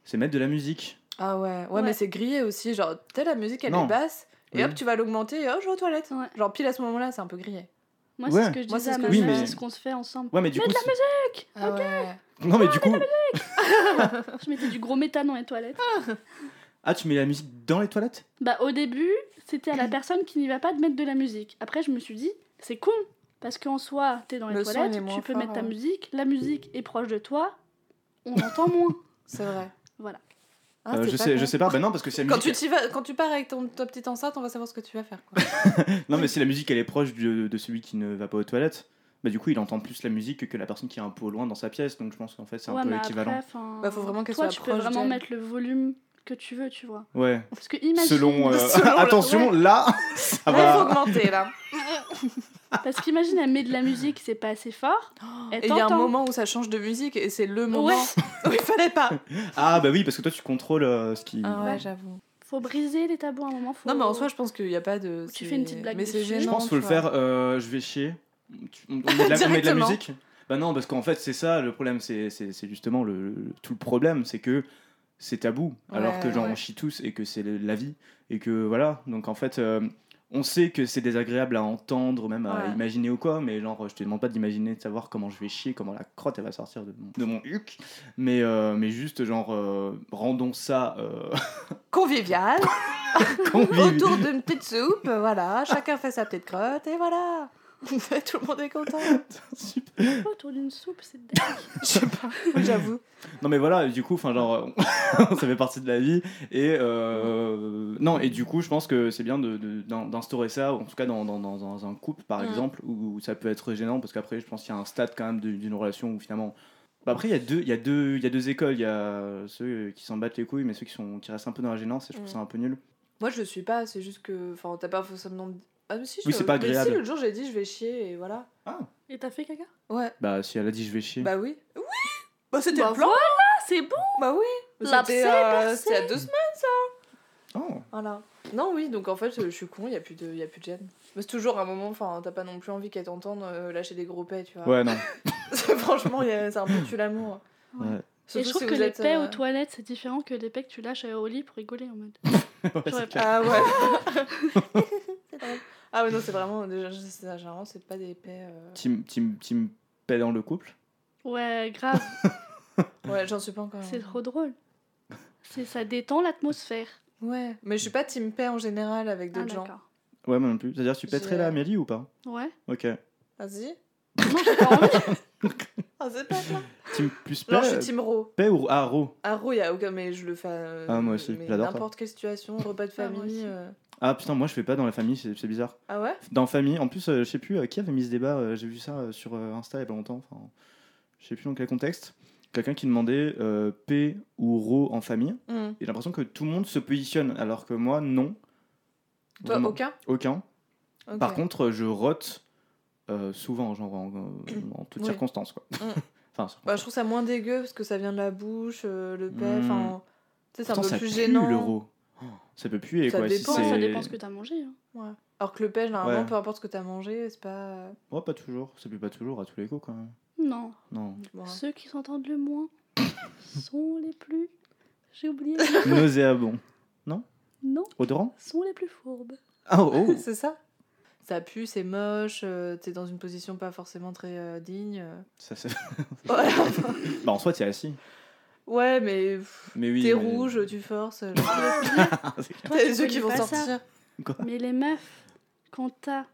Speaker 1: c'est mettre de la musique.
Speaker 3: Ah ouais, ouais,
Speaker 2: Ouais.
Speaker 3: mais c'est grillé aussi. Genre, t'as la musique, elle
Speaker 1: Non.
Speaker 3: est basse, et
Speaker 1: Oui.
Speaker 3: hop, tu vas l'augmenter, et hop, je vais aux toilettes.
Speaker 2: Ouais.
Speaker 3: Genre, pile à ce moment-là, c'est un peu grillé.
Speaker 2: Moi,
Speaker 1: Ouais.
Speaker 2: c'est ce que je
Speaker 3: Moi,
Speaker 2: disais
Speaker 3: c'est
Speaker 2: à
Speaker 3: ce
Speaker 2: ma
Speaker 3: que
Speaker 1: je
Speaker 2: mère,
Speaker 1: disais.
Speaker 2: c'est ce qu'on se fait ensemble.
Speaker 1: Ouais, mais du
Speaker 2: Fais
Speaker 1: coup.
Speaker 2: de la
Speaker 1: c'est-
Speaker 3: Ah ouais.
Speaker 1: Non, mais du coup.
Speaker 2: Je mettais du gros méthane dans les toilettes.
Speaker 1: Ah, tu mets la musique dans les toilettes
Speaker 2: Bah, au début, c'était
Speaker 3: *clears throat*
Speaker 2: à la personne qui n'y va pas de mettre de la musique. Après, je me suis dit, c'est con. Parce qu'en soi, t'es dans les
Speaker 3: Le son, il est
Speaker 2: toilettes,
Speaker 3: moins
Speaker 2: tu peux
Speaker 3: fort,
Speaker 2: mettre ta
Speaker 3: ouais.
Speaker 2: musique, la musique est proche de toi,
Speaker 3: *laughs*
Speaker 2: on l'entend moins.
Speaker 3: C'est vrai.
Speaker 2: Voilà.
Speaker 3: Ah,
Speaker 1: Euh,
Speaker 3: c'est
Speaker 1: je,
Speaker 3: pas
Speaker 1: sais,
Speaker 3: con.
Speaker 1: je sais pas, bah non, parce que si la
Speaker 3: Quand
Speaker 1: musique.
Speaker 3: tu, t'y vas, quand tu pars avec ton, ta petite enceinte, on va savoir ce que tu vas faire. Quoi.
Speaker 1: Non, mais si la musique elle est proche de, de celui qui ne va pas aux toilettes, bah du coup il entend plus la musique que la personne qui est un peu loin dans sa pièce, donc je pense qu'en fait c'est un
Speaker 2: Ouais,
Speaker 1: peu
Speaker 2: mais
Speaker 1: équivalent.
Speaker 2: après, enfin,
Speaker 3: Bah, faut vraiment qu'elle
Speaker 2: toi,
Speaker 3: soit
Speaker 2: tu peux
Speaker 3: proche
Speaker 2: vraiment
Speaker 3: d'elle.
Speaker 2: mettre le volume que tu veux, tu vois.
Speaker 1: Ouais.
Speaker 2: Parce que imagine,
Speaker 1: Selon. euh,
Speaker 3: *laughs* Selon la-
Speaker 1: Attention, là, *laughs* ça
Speaker 3: Là, il faut
Speaker 1: va.
Speaker 3: augmenter là.
Speaker 2: *laughs* parce qu'imagine, elle met de la musique, c'est pas assez fort. Elle
Speaker 3: *gasps* Et il y a un
Speaker 2: t'entend.
Speaker 3: moment où ça change de musique et c'est le moment
Speaker 2: Ouais,
Speaker 3: *laughs* où il fallait pas.
Speaker 1: Ah, bah oui, parce que toi tu contrôles euh, ce qui.
Speaker 3: Ah
Speaker 2: Ouais.
Speaker 3: ouais, j'avoue.
Speaker 2: faut briser les tabous à un moment. Faut...
Speaker 3: Non, mais en soi, je pense qu'il n'y a pas de.
Speaker 2: Tu
Speaker 3: c'est-
Speaker 2: fais une petite blague
Speaker 3: Mais c'est
Speaker 2: dessus.
Speaker 3: gênant.
Speaker 1: Je pense qu'il faut le
Speaker 3: tu vois.
Speaker 1: faire. euh, je vais chier. Tu- On, on met de la, on met de la
Speaker 3: Directement.
Speaker 1: musique. Bah non, parce qu'en fait, c'est ça le problème. C'est c'est- c'est justement le, le- tout le problème, c'est que c'est tabou. alors
Speaker 3: Ouais,
Speaker 1: que genre on
Speaker 2: ouais.
Speaker 1: chie tous et que c'est le- la vie et que voilà. Donc en fait, euh, on sait que c'est désagréable à entendre, même à
Speaker 3: Ouais.
Speaker 1: imaginer ou quoi. Mais genre, je te demande pas d'imaginer, de savoir comment je vais chier, comment la crotte elle va sortir de mon, de mon huc. Mais euh, mais juste genre euh, rendons ça
Speaker 3: *laughs*
Speaker 1: euh, *laughs*
Speaker 3: Convivial,
Speaker 1: convivial. *laughs*
Speaker 3: autour d'une petite soupe, voilà, *laughs* chacun fait sa petite crotte et voilà. Tout le monde est content.
Speaker 2: Autour d'une soupe, c'est dingue.
Speaker 3: Je sais pas.
Speaker 1: *laughs*
Speaker 3: J'avoue.
Speaker 1: Non mais voilà, du coup, enfin genre, *laughs* ça fait partie de la vie. Et euh, non, et du coup, je pense que c'est bien de- de- d'in- d'instaurer ça, en tout cas dans, dans- dans- dans un couple, par
Speaker 3: Mm.
Speaker 1: exemple, où, où ça peut être gênant, parce qu'après, je pense qu'il y a un stade quand même d'une d'une relation où finalement... Bah, après, il y, a deux- il y, a deux- il y a deux écoles, il y a ceux qui s'en battent les couilles, mais ceux qui, sont, qui restent un peu dans la gênance, et je trouve
Speaker 3: Mm.
Speaker 1: ça un peu nul.
Speaker 3: Moi, je le suis pas. C'est juste que. Enfin, t'as pas forcément. Ah, mais si, je
Speaker 1: Oui, c'est pas
Speaker 3: mais
Speaker 1: agréable.
Speaker 3: si, l'autre jour, j'ai dit, je vais chier *laughs* et voilà.
Speaker 2: Et t'as fait caca
Speaker 3: Ouais.
Speaker 1: Bah si elle a dit je vais chier.
Speaker 3: Bah oui. Oui Bah c'était
Speaker 2: Bah
Speaker 3: le plan.
Speaker 2: voilà, c'est bon.
Speaker 3: Bah oui.
Speaker 2: L'abcès
Speaker 3: C'était euh, c'était il y a deux semaines.
Speaker 1: Oh.
Speaker 3: Voilà. Non, oui, donc en fait, euh, je suis con, il n'y a, plus de- y a plus de gêne. Mais c'est toujours un moment, enfin, t'as pas non plus envie qu'elle t'entende euh, lâcher des gros pets, tu vois. *laughs*
Speaker 1: Ouais, non. *laughs*
Speaker 3: Franchement, y a- ça un peu tue l'amour.
Speaker 2: Ouais.
Speaker 1: Ouais.
Speaker 2: Et
Speaker 3: Surtout
Speaker 2: je trouve
Speaker 3: si
Speaker 2: que
Speaker 3: vous
Speaker 2: les
Speaker 3: êtes,
Speaker 2: paix
Speaker 3: euh,
Speaker 2: aux toilettes, c'est différent que les paix que tu lâches au lit pour rigoler en mode.
Speaker 1: Ouais, c'est
Speaker 2: J'aurais
Speaker 1: clair.
Speaker 3: Ah ouais.
Speaker 2: *laughs*
Speaker 3: *laughs* c'est drôle. Ah ouais, non, c'est vraiment. Déjà, je- c'est- généralement, c'est pas des pets. euh,
Speaker 1: Team, team, team paix dans le couple
Speaker 2: Ouais, grave,
Speaker 3: Ouais, j'en suis pas encore.
Speaker 2: c'est trop drôle. C'est ça détend l'atmosphère.
Speaker 3: Ouais, mais je suis pas team paix en général avec
Speaker 2: Ah,
Speaker 3: d'autres gens.
Speaker 2: d'accord.
Speaker 1: Ouais, moi non plus. C'est-à-dire, tu pèterais
Speaker 3: J'ai-
Speaker 1: là, Amélie, ou pas
Speaker 2: Ouais.
Speaker 1: Ok.
Speaker 3: Vas-y.
Speaker 2: Non, j'ai pas envie.
Speaker 3: Ah, c'est pas ça.
Speaker 1: Team plus paix, euh,
Speaker 3: Genre, je suis team Ro.
Speaker 1: paix ou ah, Ro
Speaker 3: Ah, Ro, y a aucun. Mais je le fais. euh,
Speaker 1: Ah, moi aussi,
Speaker 3: mais
Speaker 1: j'adore ça.
Speaker 3: N'importe
Speaker 2: *laughs*
Speaker 3: quelle situation, repas de
Speaker 2: Ah, moi
Speaker 3: famille.
Speaker 2: aussi.
Speaker 3: euh,
Speaker 1: Ah putain, moi je fais pas dans la famille, c'est c'est bizarre.
Speaker 3: Ah ouais
Speaker 1: Dans famille, en plus, euh, je sais plus euh, qui avait mis ce débat, euh, j'ai vu ça euh, sur euh, Insta il y a pas longtemps, enfin, je sais plus dans quel contexte. Quelqu'un qui demandait euh, P ou Ro en famille,
Speaker 3: Hmm.
Speaker 1: et j'ai l'impression que tout le monde se positionne, alors que moi, non.
Speaker 3: Toi,
Speaker 1: Vraiment,
Speaker 3: aucun
Speaker 1: aucun.
Speaker 3: Ok.
Speaker 1: Par contre, euh, je rote euh, souvent, genre en, en toutes
Speaker 3: Oui.
Speaker 1: circonstances, quoi.
Speaker 3: Mm.
Speaker 1: *laughs* enfin,
Speaker 3: Bah, je trouve ça moins dégueu parce que ça vient de la bouche, euh, le paix,
Speaker 1: Hmm.
Speaker 3: enfin. Tu sais, c'est un
Speaker 1: Pourtant,
Speaker 3: peu
Speaker 1: ça
Speaker 3: plus
Speaker 1: pue,
Speaker 3: gênant.
Speaker 1: le Ro. Oh, Ça peut puer,
Speaker 3: Ça
Speaker 1: quoi.
Speaker 3: dépend,
Speaker 1: si c'est-
Speaker 2: ça dépend ce que t'as mangé. hein.
Speaker 3: Ouais. Alors que le paix, généralement,
Speaker 1: Ouais.
Speaker 3: peu importe ce que t'as mangé, c'est pas. euh,
Speaker 1: Oh, pas toujours, ça pue pas toujours, à tous les coups, quand même.
Speaker 2: Non.
Speaker 1: Non.
Speaker 3: Bon, hein.
Speaker 2: Ceux qui s'entendent le moins sont les plus. J'ai oublié.
Speaker 1: Nauséabond.
Speaker 2: Non,
Speaker 1: Odorant
Speaker 2: sont les plus fourbes.
Speaker 1: Ah, *laughs* oh
Speaker 3: *laughs* C'est ça Ça pue, c'est moche, euh, t'es dans une position pas forcément très euh, digne. euh.
Speaker 1: Ça, c'est-
Speaker 3: *laughs* Voilà.
Speaker 1: *laughs* Bah en soi t'es assis.
Speaker 3: ouais, mais. pff,
Speaker 1: Mais oui.
Speaker 3: T'es
Speaker 1: mais- *laughs*
Speaker 3: rouge, tu forces. *laughs* euh, genre,
Speaker 2: Toi,
Speaker 3: T'as
Speaker 2: tu
Speaker 3: les yeux
Speaker 2: connais
Speaker 3: qui vont
Speaker 2: pas ça.
Speaker 3: sortir.
Speaker 1: Quoi
Speaker 2: Mais les meufs, quand t'as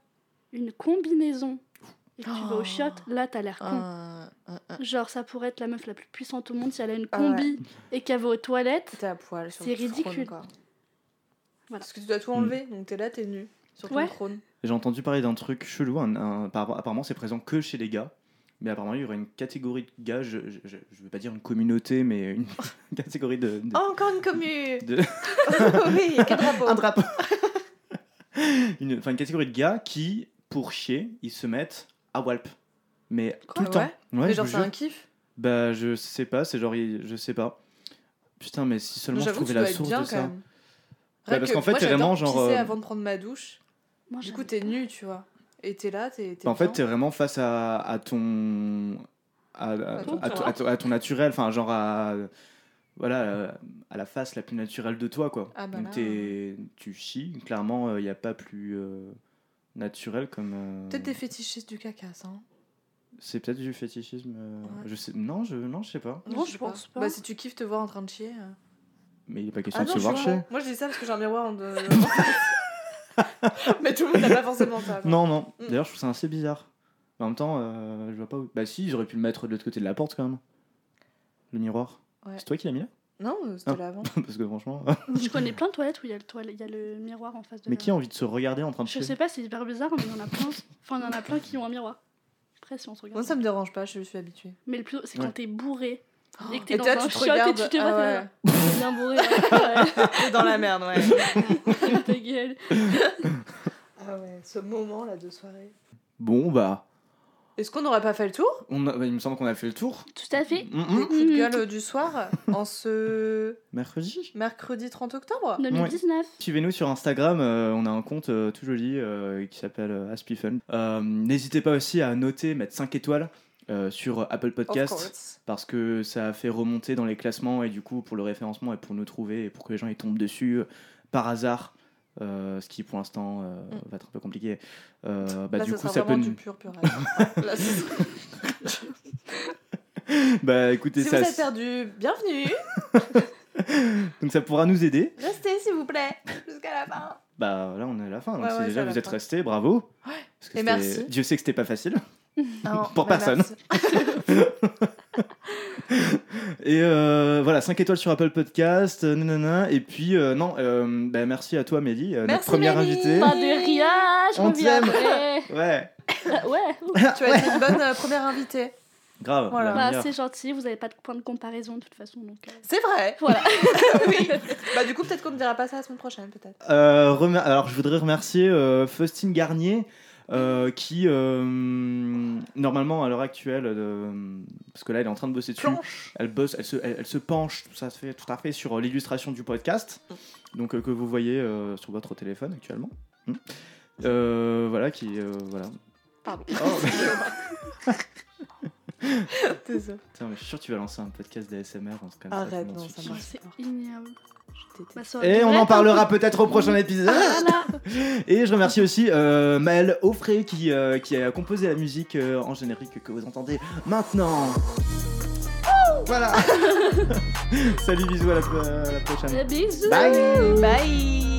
Speaker 2: une combinaison et que tu vas
Speaker 3: Oh.
Speaker 2: au shot, là t'as l'air con.
Speaker 3: Un- un- un-
Speaker 2: Genre, ça pourrait être la meuf la plus puissante au monde si elle a une
Speaker 3: Ah ouais.
Speaker 2: combi et qu'elle va aux toilettes.
Speaker 3: T'es à poil sur
Speaker 2: C'est
Speaker 3: ton trône,
Speaker 2: ridicule.
Speaker 3: quoi.
Speaker 2: Voilà.
Speaker 3: Parce que tu dois tout
Speaker 1: Mm.
Speaker 3: enlever, donc t'es là, t'es nu. Sur ton
Speaker 2: Ouais.
Speaker 3: trône.
Speaker 1: J'ai entendu parler d'un truc chelou. un- un- par- apparemment c'est présent que chez les gars. Mais apparemment il y aurait une catégorie de gars. Je, je, je- je veux pas dire une communauté mais une *laughs* catégorie de. de-
Speaker 3: Oh, encore une commune
Speaker 1: de-
Speaker 3: *laughs* Oui,
Speaker 1: *laughs*
Speaker 3: quel drapeau
Speaker 1: Un drapeau. une, enfin une catégorie de gars qui pour chier ils se mettent à walp. Mais tout
Speaker 3: Quoi,
Speaker 1: le temps.
Speaker 3: ouais
Speaker 1: Ouais,
Speaker 3: Mais
Speaker 1: je
Speaker 3: genre,
Speaker 1: vous
Speaker 3: c'est
Speaker 1: jure.
Speaker 3: un kiff.
Speaker 1: Bah je sais pas. C'est genre il- je sais pas. Putain mais si seulement je
Speaker 3: J'avoue que
Speaker 1: trouvais
Speaker 3: tu
Speaker 1: la
Speaker 3: dois être
Speaker 1: source
Speaker 3: bien
Speaker 1: de
Speaker 3: quand
Speaker 1: ça.
Speaker 3: même.
Speaker 1: Bah, parce qu'en fait,
Speaker 3: moi,
Speaker 1: t'es vraiment
Speaker 3: j'adore
Speaker 1: genre,
Speaker 3: pisser
Speaker 1: euh,
Speaker 3: avant de prendre ma douche.
Speaker 2: Moi,
Speaker 3: Du
Speaker 2: j'avais
Speaker 3: coup, t'es
Speaker 2: pas.
Speaker 3: nu, tu vois. Et t'es là, t'es. t'es
Speaker 1: Bah, En fait,
Speaker 3: bien.
Speaker 1: t'es vraiment face à, à ton. À, à-
Speaker 3: ton
Speaker 1: à-
Speaker 3: toi.
Speaker 1: à ton- à ton naturel, enfin, genre à. Voilà, à la face la plus naturelle de toi, quoi.
Speaker 3: Ah bah
Speaker 1: Donc
Speaker 3: là.
Speaker 1: t'es- tu chies, clairement, il n'y a pas plus euh, naturel comme. euh,
Speaker 3: Peut-être des fétichistes du caca, ça. hein.
Speaker 1: C'est peut-être du fétichisme. euh,
Speaker 3: Ouais.
Speaker 1: Je sais... Non, je... non, je sais pas.
Speaker 2: Non, je
Speaker 3: sais
Speaker 2: pense pas.
Speaker 3: Bah, si tu kiffes te voir en train de chier. euh.
Speaker 1: Mais il n'est pas question
Speaker 3: Ah
Speaker 1: de
Speaker 3: non,
Speaker 1: se
Speaker 3: je
Speaker 1: voir
Speaker 3: suis
Speaker 1: chier.
Speaker 3: vraiment- Moi, je dis ça parce que j'ai un miroir en de. *laughs* Mais tout le monde n'a pas forcément ça. quoi.
Speaker 1: Non, non.
Speaker 3: Mm.
Speaker 1: D'ailleurs, je trouve ça assez bizarre. Mais en même temps, euh, je vois pas où. Bah, si, j'aurais pu le mettre de l'autre côté de la porte quand même. Le miroir.
Speaker 3: Ouais.
Speaker 1: C'est toi qui l'as mis là *laughs*
Speaker 3: Non, euh, c'était
Speaker 1: Ah.
Speaker 3: là avant.
Speaker 1: Parce que franchement.
Speaker 2: Je connais plein de toilettes où il y, a le toile- il y a le miroir en face de
Speaker 1: Mais
Speaker 2: la-
Speaker 1: qui a envie de se regarder en train de
Speaker 2: Je
Speaker 1: chier
Speaker 2: sais pas, c'est hyper bizarre, mais il y en a plein. Enfin, il y en a plein qui ont un miroir. Après, si on se
Speaker 3: Moi,
Speaker 2: regarde.
Speaker 3: ça me dérange pas, je suis habituée.
Speaker 2: Mais le plus c'est
Speaker 1: Ouais.
Speaker 2: quand t'es bourré *gasps* et que t'es
Speaker 3: Et
Speaker 2: dans
Speaker 3: toi,
Speaker 2: un
Speaker 3: tu te
Speaker 2: shot et
Speaker 3: regardes,
Speaker 2: tu te
Speaker 3: ah
Speaker 2: vois, t'es là, t'es bien bourré. ouais,
Speaker 3: T'es dans la merde, ouais.
Speaker 1: *laughs*
Speaker 2: ouais, ta gueule.
Speaker 3: ah ouais, ce moment là de soirée.
Speaker 1: Bon, bah.
Speaker 3: Est-ce qu'on n'aurait pas fait le tour
Speaker 1: On a- bah, il me semble qu'on a fait le tour.
Speaker 2: Tout à fait.
Speaker 1: Mm,
Speaker 3: des
Speaker 1: mm.
Speaker 3: coups de gueule du soir en ce
Speaker 1: Mercredi.
Speaker 3: mercredi 30 octobre
Speaker 2: 2019.
Speaker 1: Suivez-nous sur Instagram, euh, on a un compte euh, tout joli euh, qui s'appelle euh, Aspifun. Euh, N'hésitez pas aussi à noter, mettre 5 étoiles euh, sur Apple
Speaker 3: Of
Speaker 1: Podcast
Speaker 3: course.
Speaker 1: parce que ça a fait remonter dans les classements et du coup pour le référencement et pour nous trouver et pour que les gens y tombent dessus euh, par hasard. euh, ce qui pour l'instant euh,
Speaker 3: Mm.
Speaker 1: va être un peu compliqué. Euh, bah,
Speaker 3: là,
Speaker 1: du
Speaker 3: ça
Speaker 1: coup,
Speaker 3: sera
Speaker 1: ça peut.
Speaker 3: vraiment
Speaker 1: nous-
Speaker 3: du pur pur.
Speaker 1: *laughs*
Speaker 3: rêve. Là, c'est-
Speaker 1: *laughs* Bah écoutez,
Speaker 3: si vous
Speaker 1: ça,
Speaker 3: êtes perdu, bienvenue.
Speaker 1: donc ça pourra nous aider.
Speaker 3: Restez s'il vous plaît *laughs* jusqu'à la fin.
Speaker 1: Bah là, on est à la fin. Donc
Speaker 3: Ouais,
Speaker 1: si
Speaker 3: ouais, c'est
Speaker 1: déjà
Speaker 3: à la
Speaker 1: vous êtes
Speaker 3: fin.
Speaker 1: restés, bravo. Parce que
Speaker 3: Et
Speaker 1: c'était-
Speaker 3: merci.
Speaker 1: Dieu sait que c'était pas facile. *laughs*
Speaker 3: Non,
Speaker 1: Pour
Speaker 3: bah,
Speaker 1: personne.
Speaker 3: merci.
Speaker 1: Et euh, voilà, 5 étoiles sur Apple Podcast, euh, nanana. Et puis, euh, non, euh, bah, merci à toi, Mélie, euh, notre
Speaker 3: Merci,
Speaker 1: première
Speaker 3: Mélie.
Speaker 1: invitée.
Speaker 2: Pas de rien, je
Speaker 1: On
Speaker 2: reviens
Speaker 1: t'aime. *laughs*
Speaker 2: après.
Speaker 1: Ouais,
Speaker 2: Ah, ouais,
Speaker 3: Tu as été une bonne euh, première invitée.
Speaker 1: grave.
Speaker 3: Voilà.
Speaker 1: la
Speaker 2: bah,
Speaker 1: meilleure.
Speaker 2: c'est gentil, vous avez pas de point de comparaison de toute façon. Donc, euh,
Speaker 3: C'est vrai.
Speaker 2: Voilà.
Speaker 3: *laughs*
Speaker 2: *laughs*
Speaker 3: oui. Bah du coup peut-être qu'on ne dira pas ça la semaine prochaine peut-être.
Speaker 1: Euh, remer- Alors, je voudrais remercier euh, Faustine Garnier. euh, qui euh, normalement à l'heure actuelle euh, parce que là elle est en train de bosser dessus
Speaker 3: Planche.
Speaker 1: elle bosse elle se, elle, elle se penche tout ça se fait tout à fait sur euh, l'illustration du podcast
Speaker 3: Mm.
Speaker 1: donc euh, que vous voyez euh, sur votre téléphone actuellement Hmm. Euh, voilà qui euh, voilà
Speaker 2: Pardon.
Speaker 1: Oh, mais-
Speaker 3: Désolée.
Speaker 1: Putain, mais je suis sûr que tu vas lancer un podcast d'ASMR un truc comme ça.
Speaker 3: Arrête
Speaker 1: comment
Speaker 3: non
Speaker 1: tu-
Speaker 3: ça
Speaker 2: genre,
Speaker 3: marche.
Speaker 2: c'est
Speaker 3: pas.
Speaker 2: ignoble.
Speaker 3: Je déteste.
Speaker 2: Bah, ça
Speaker 1: Et on
Speaker 2: devrait
Speaker 1: en
Speaker 2: être un
Speaker 1: parlera
Speaker 2: peu-
Speaker 1: peut-être au
Speaker 3: Mm.
Speaker 1: prochain épisode.
Speaker 3: Ah.
Speaker 2: Voilà.
Speaker 1: Et je remercie aussi euh, Maël Offray qui, euh, qui a composé la musique euh, en générique que vous entendez maintenant. *laughs* Voilà. Salut, bisous à la, à la prochaine.
Speaker 2: Bisous.
Speaker 1: Bye.
Speaker 3: Bye.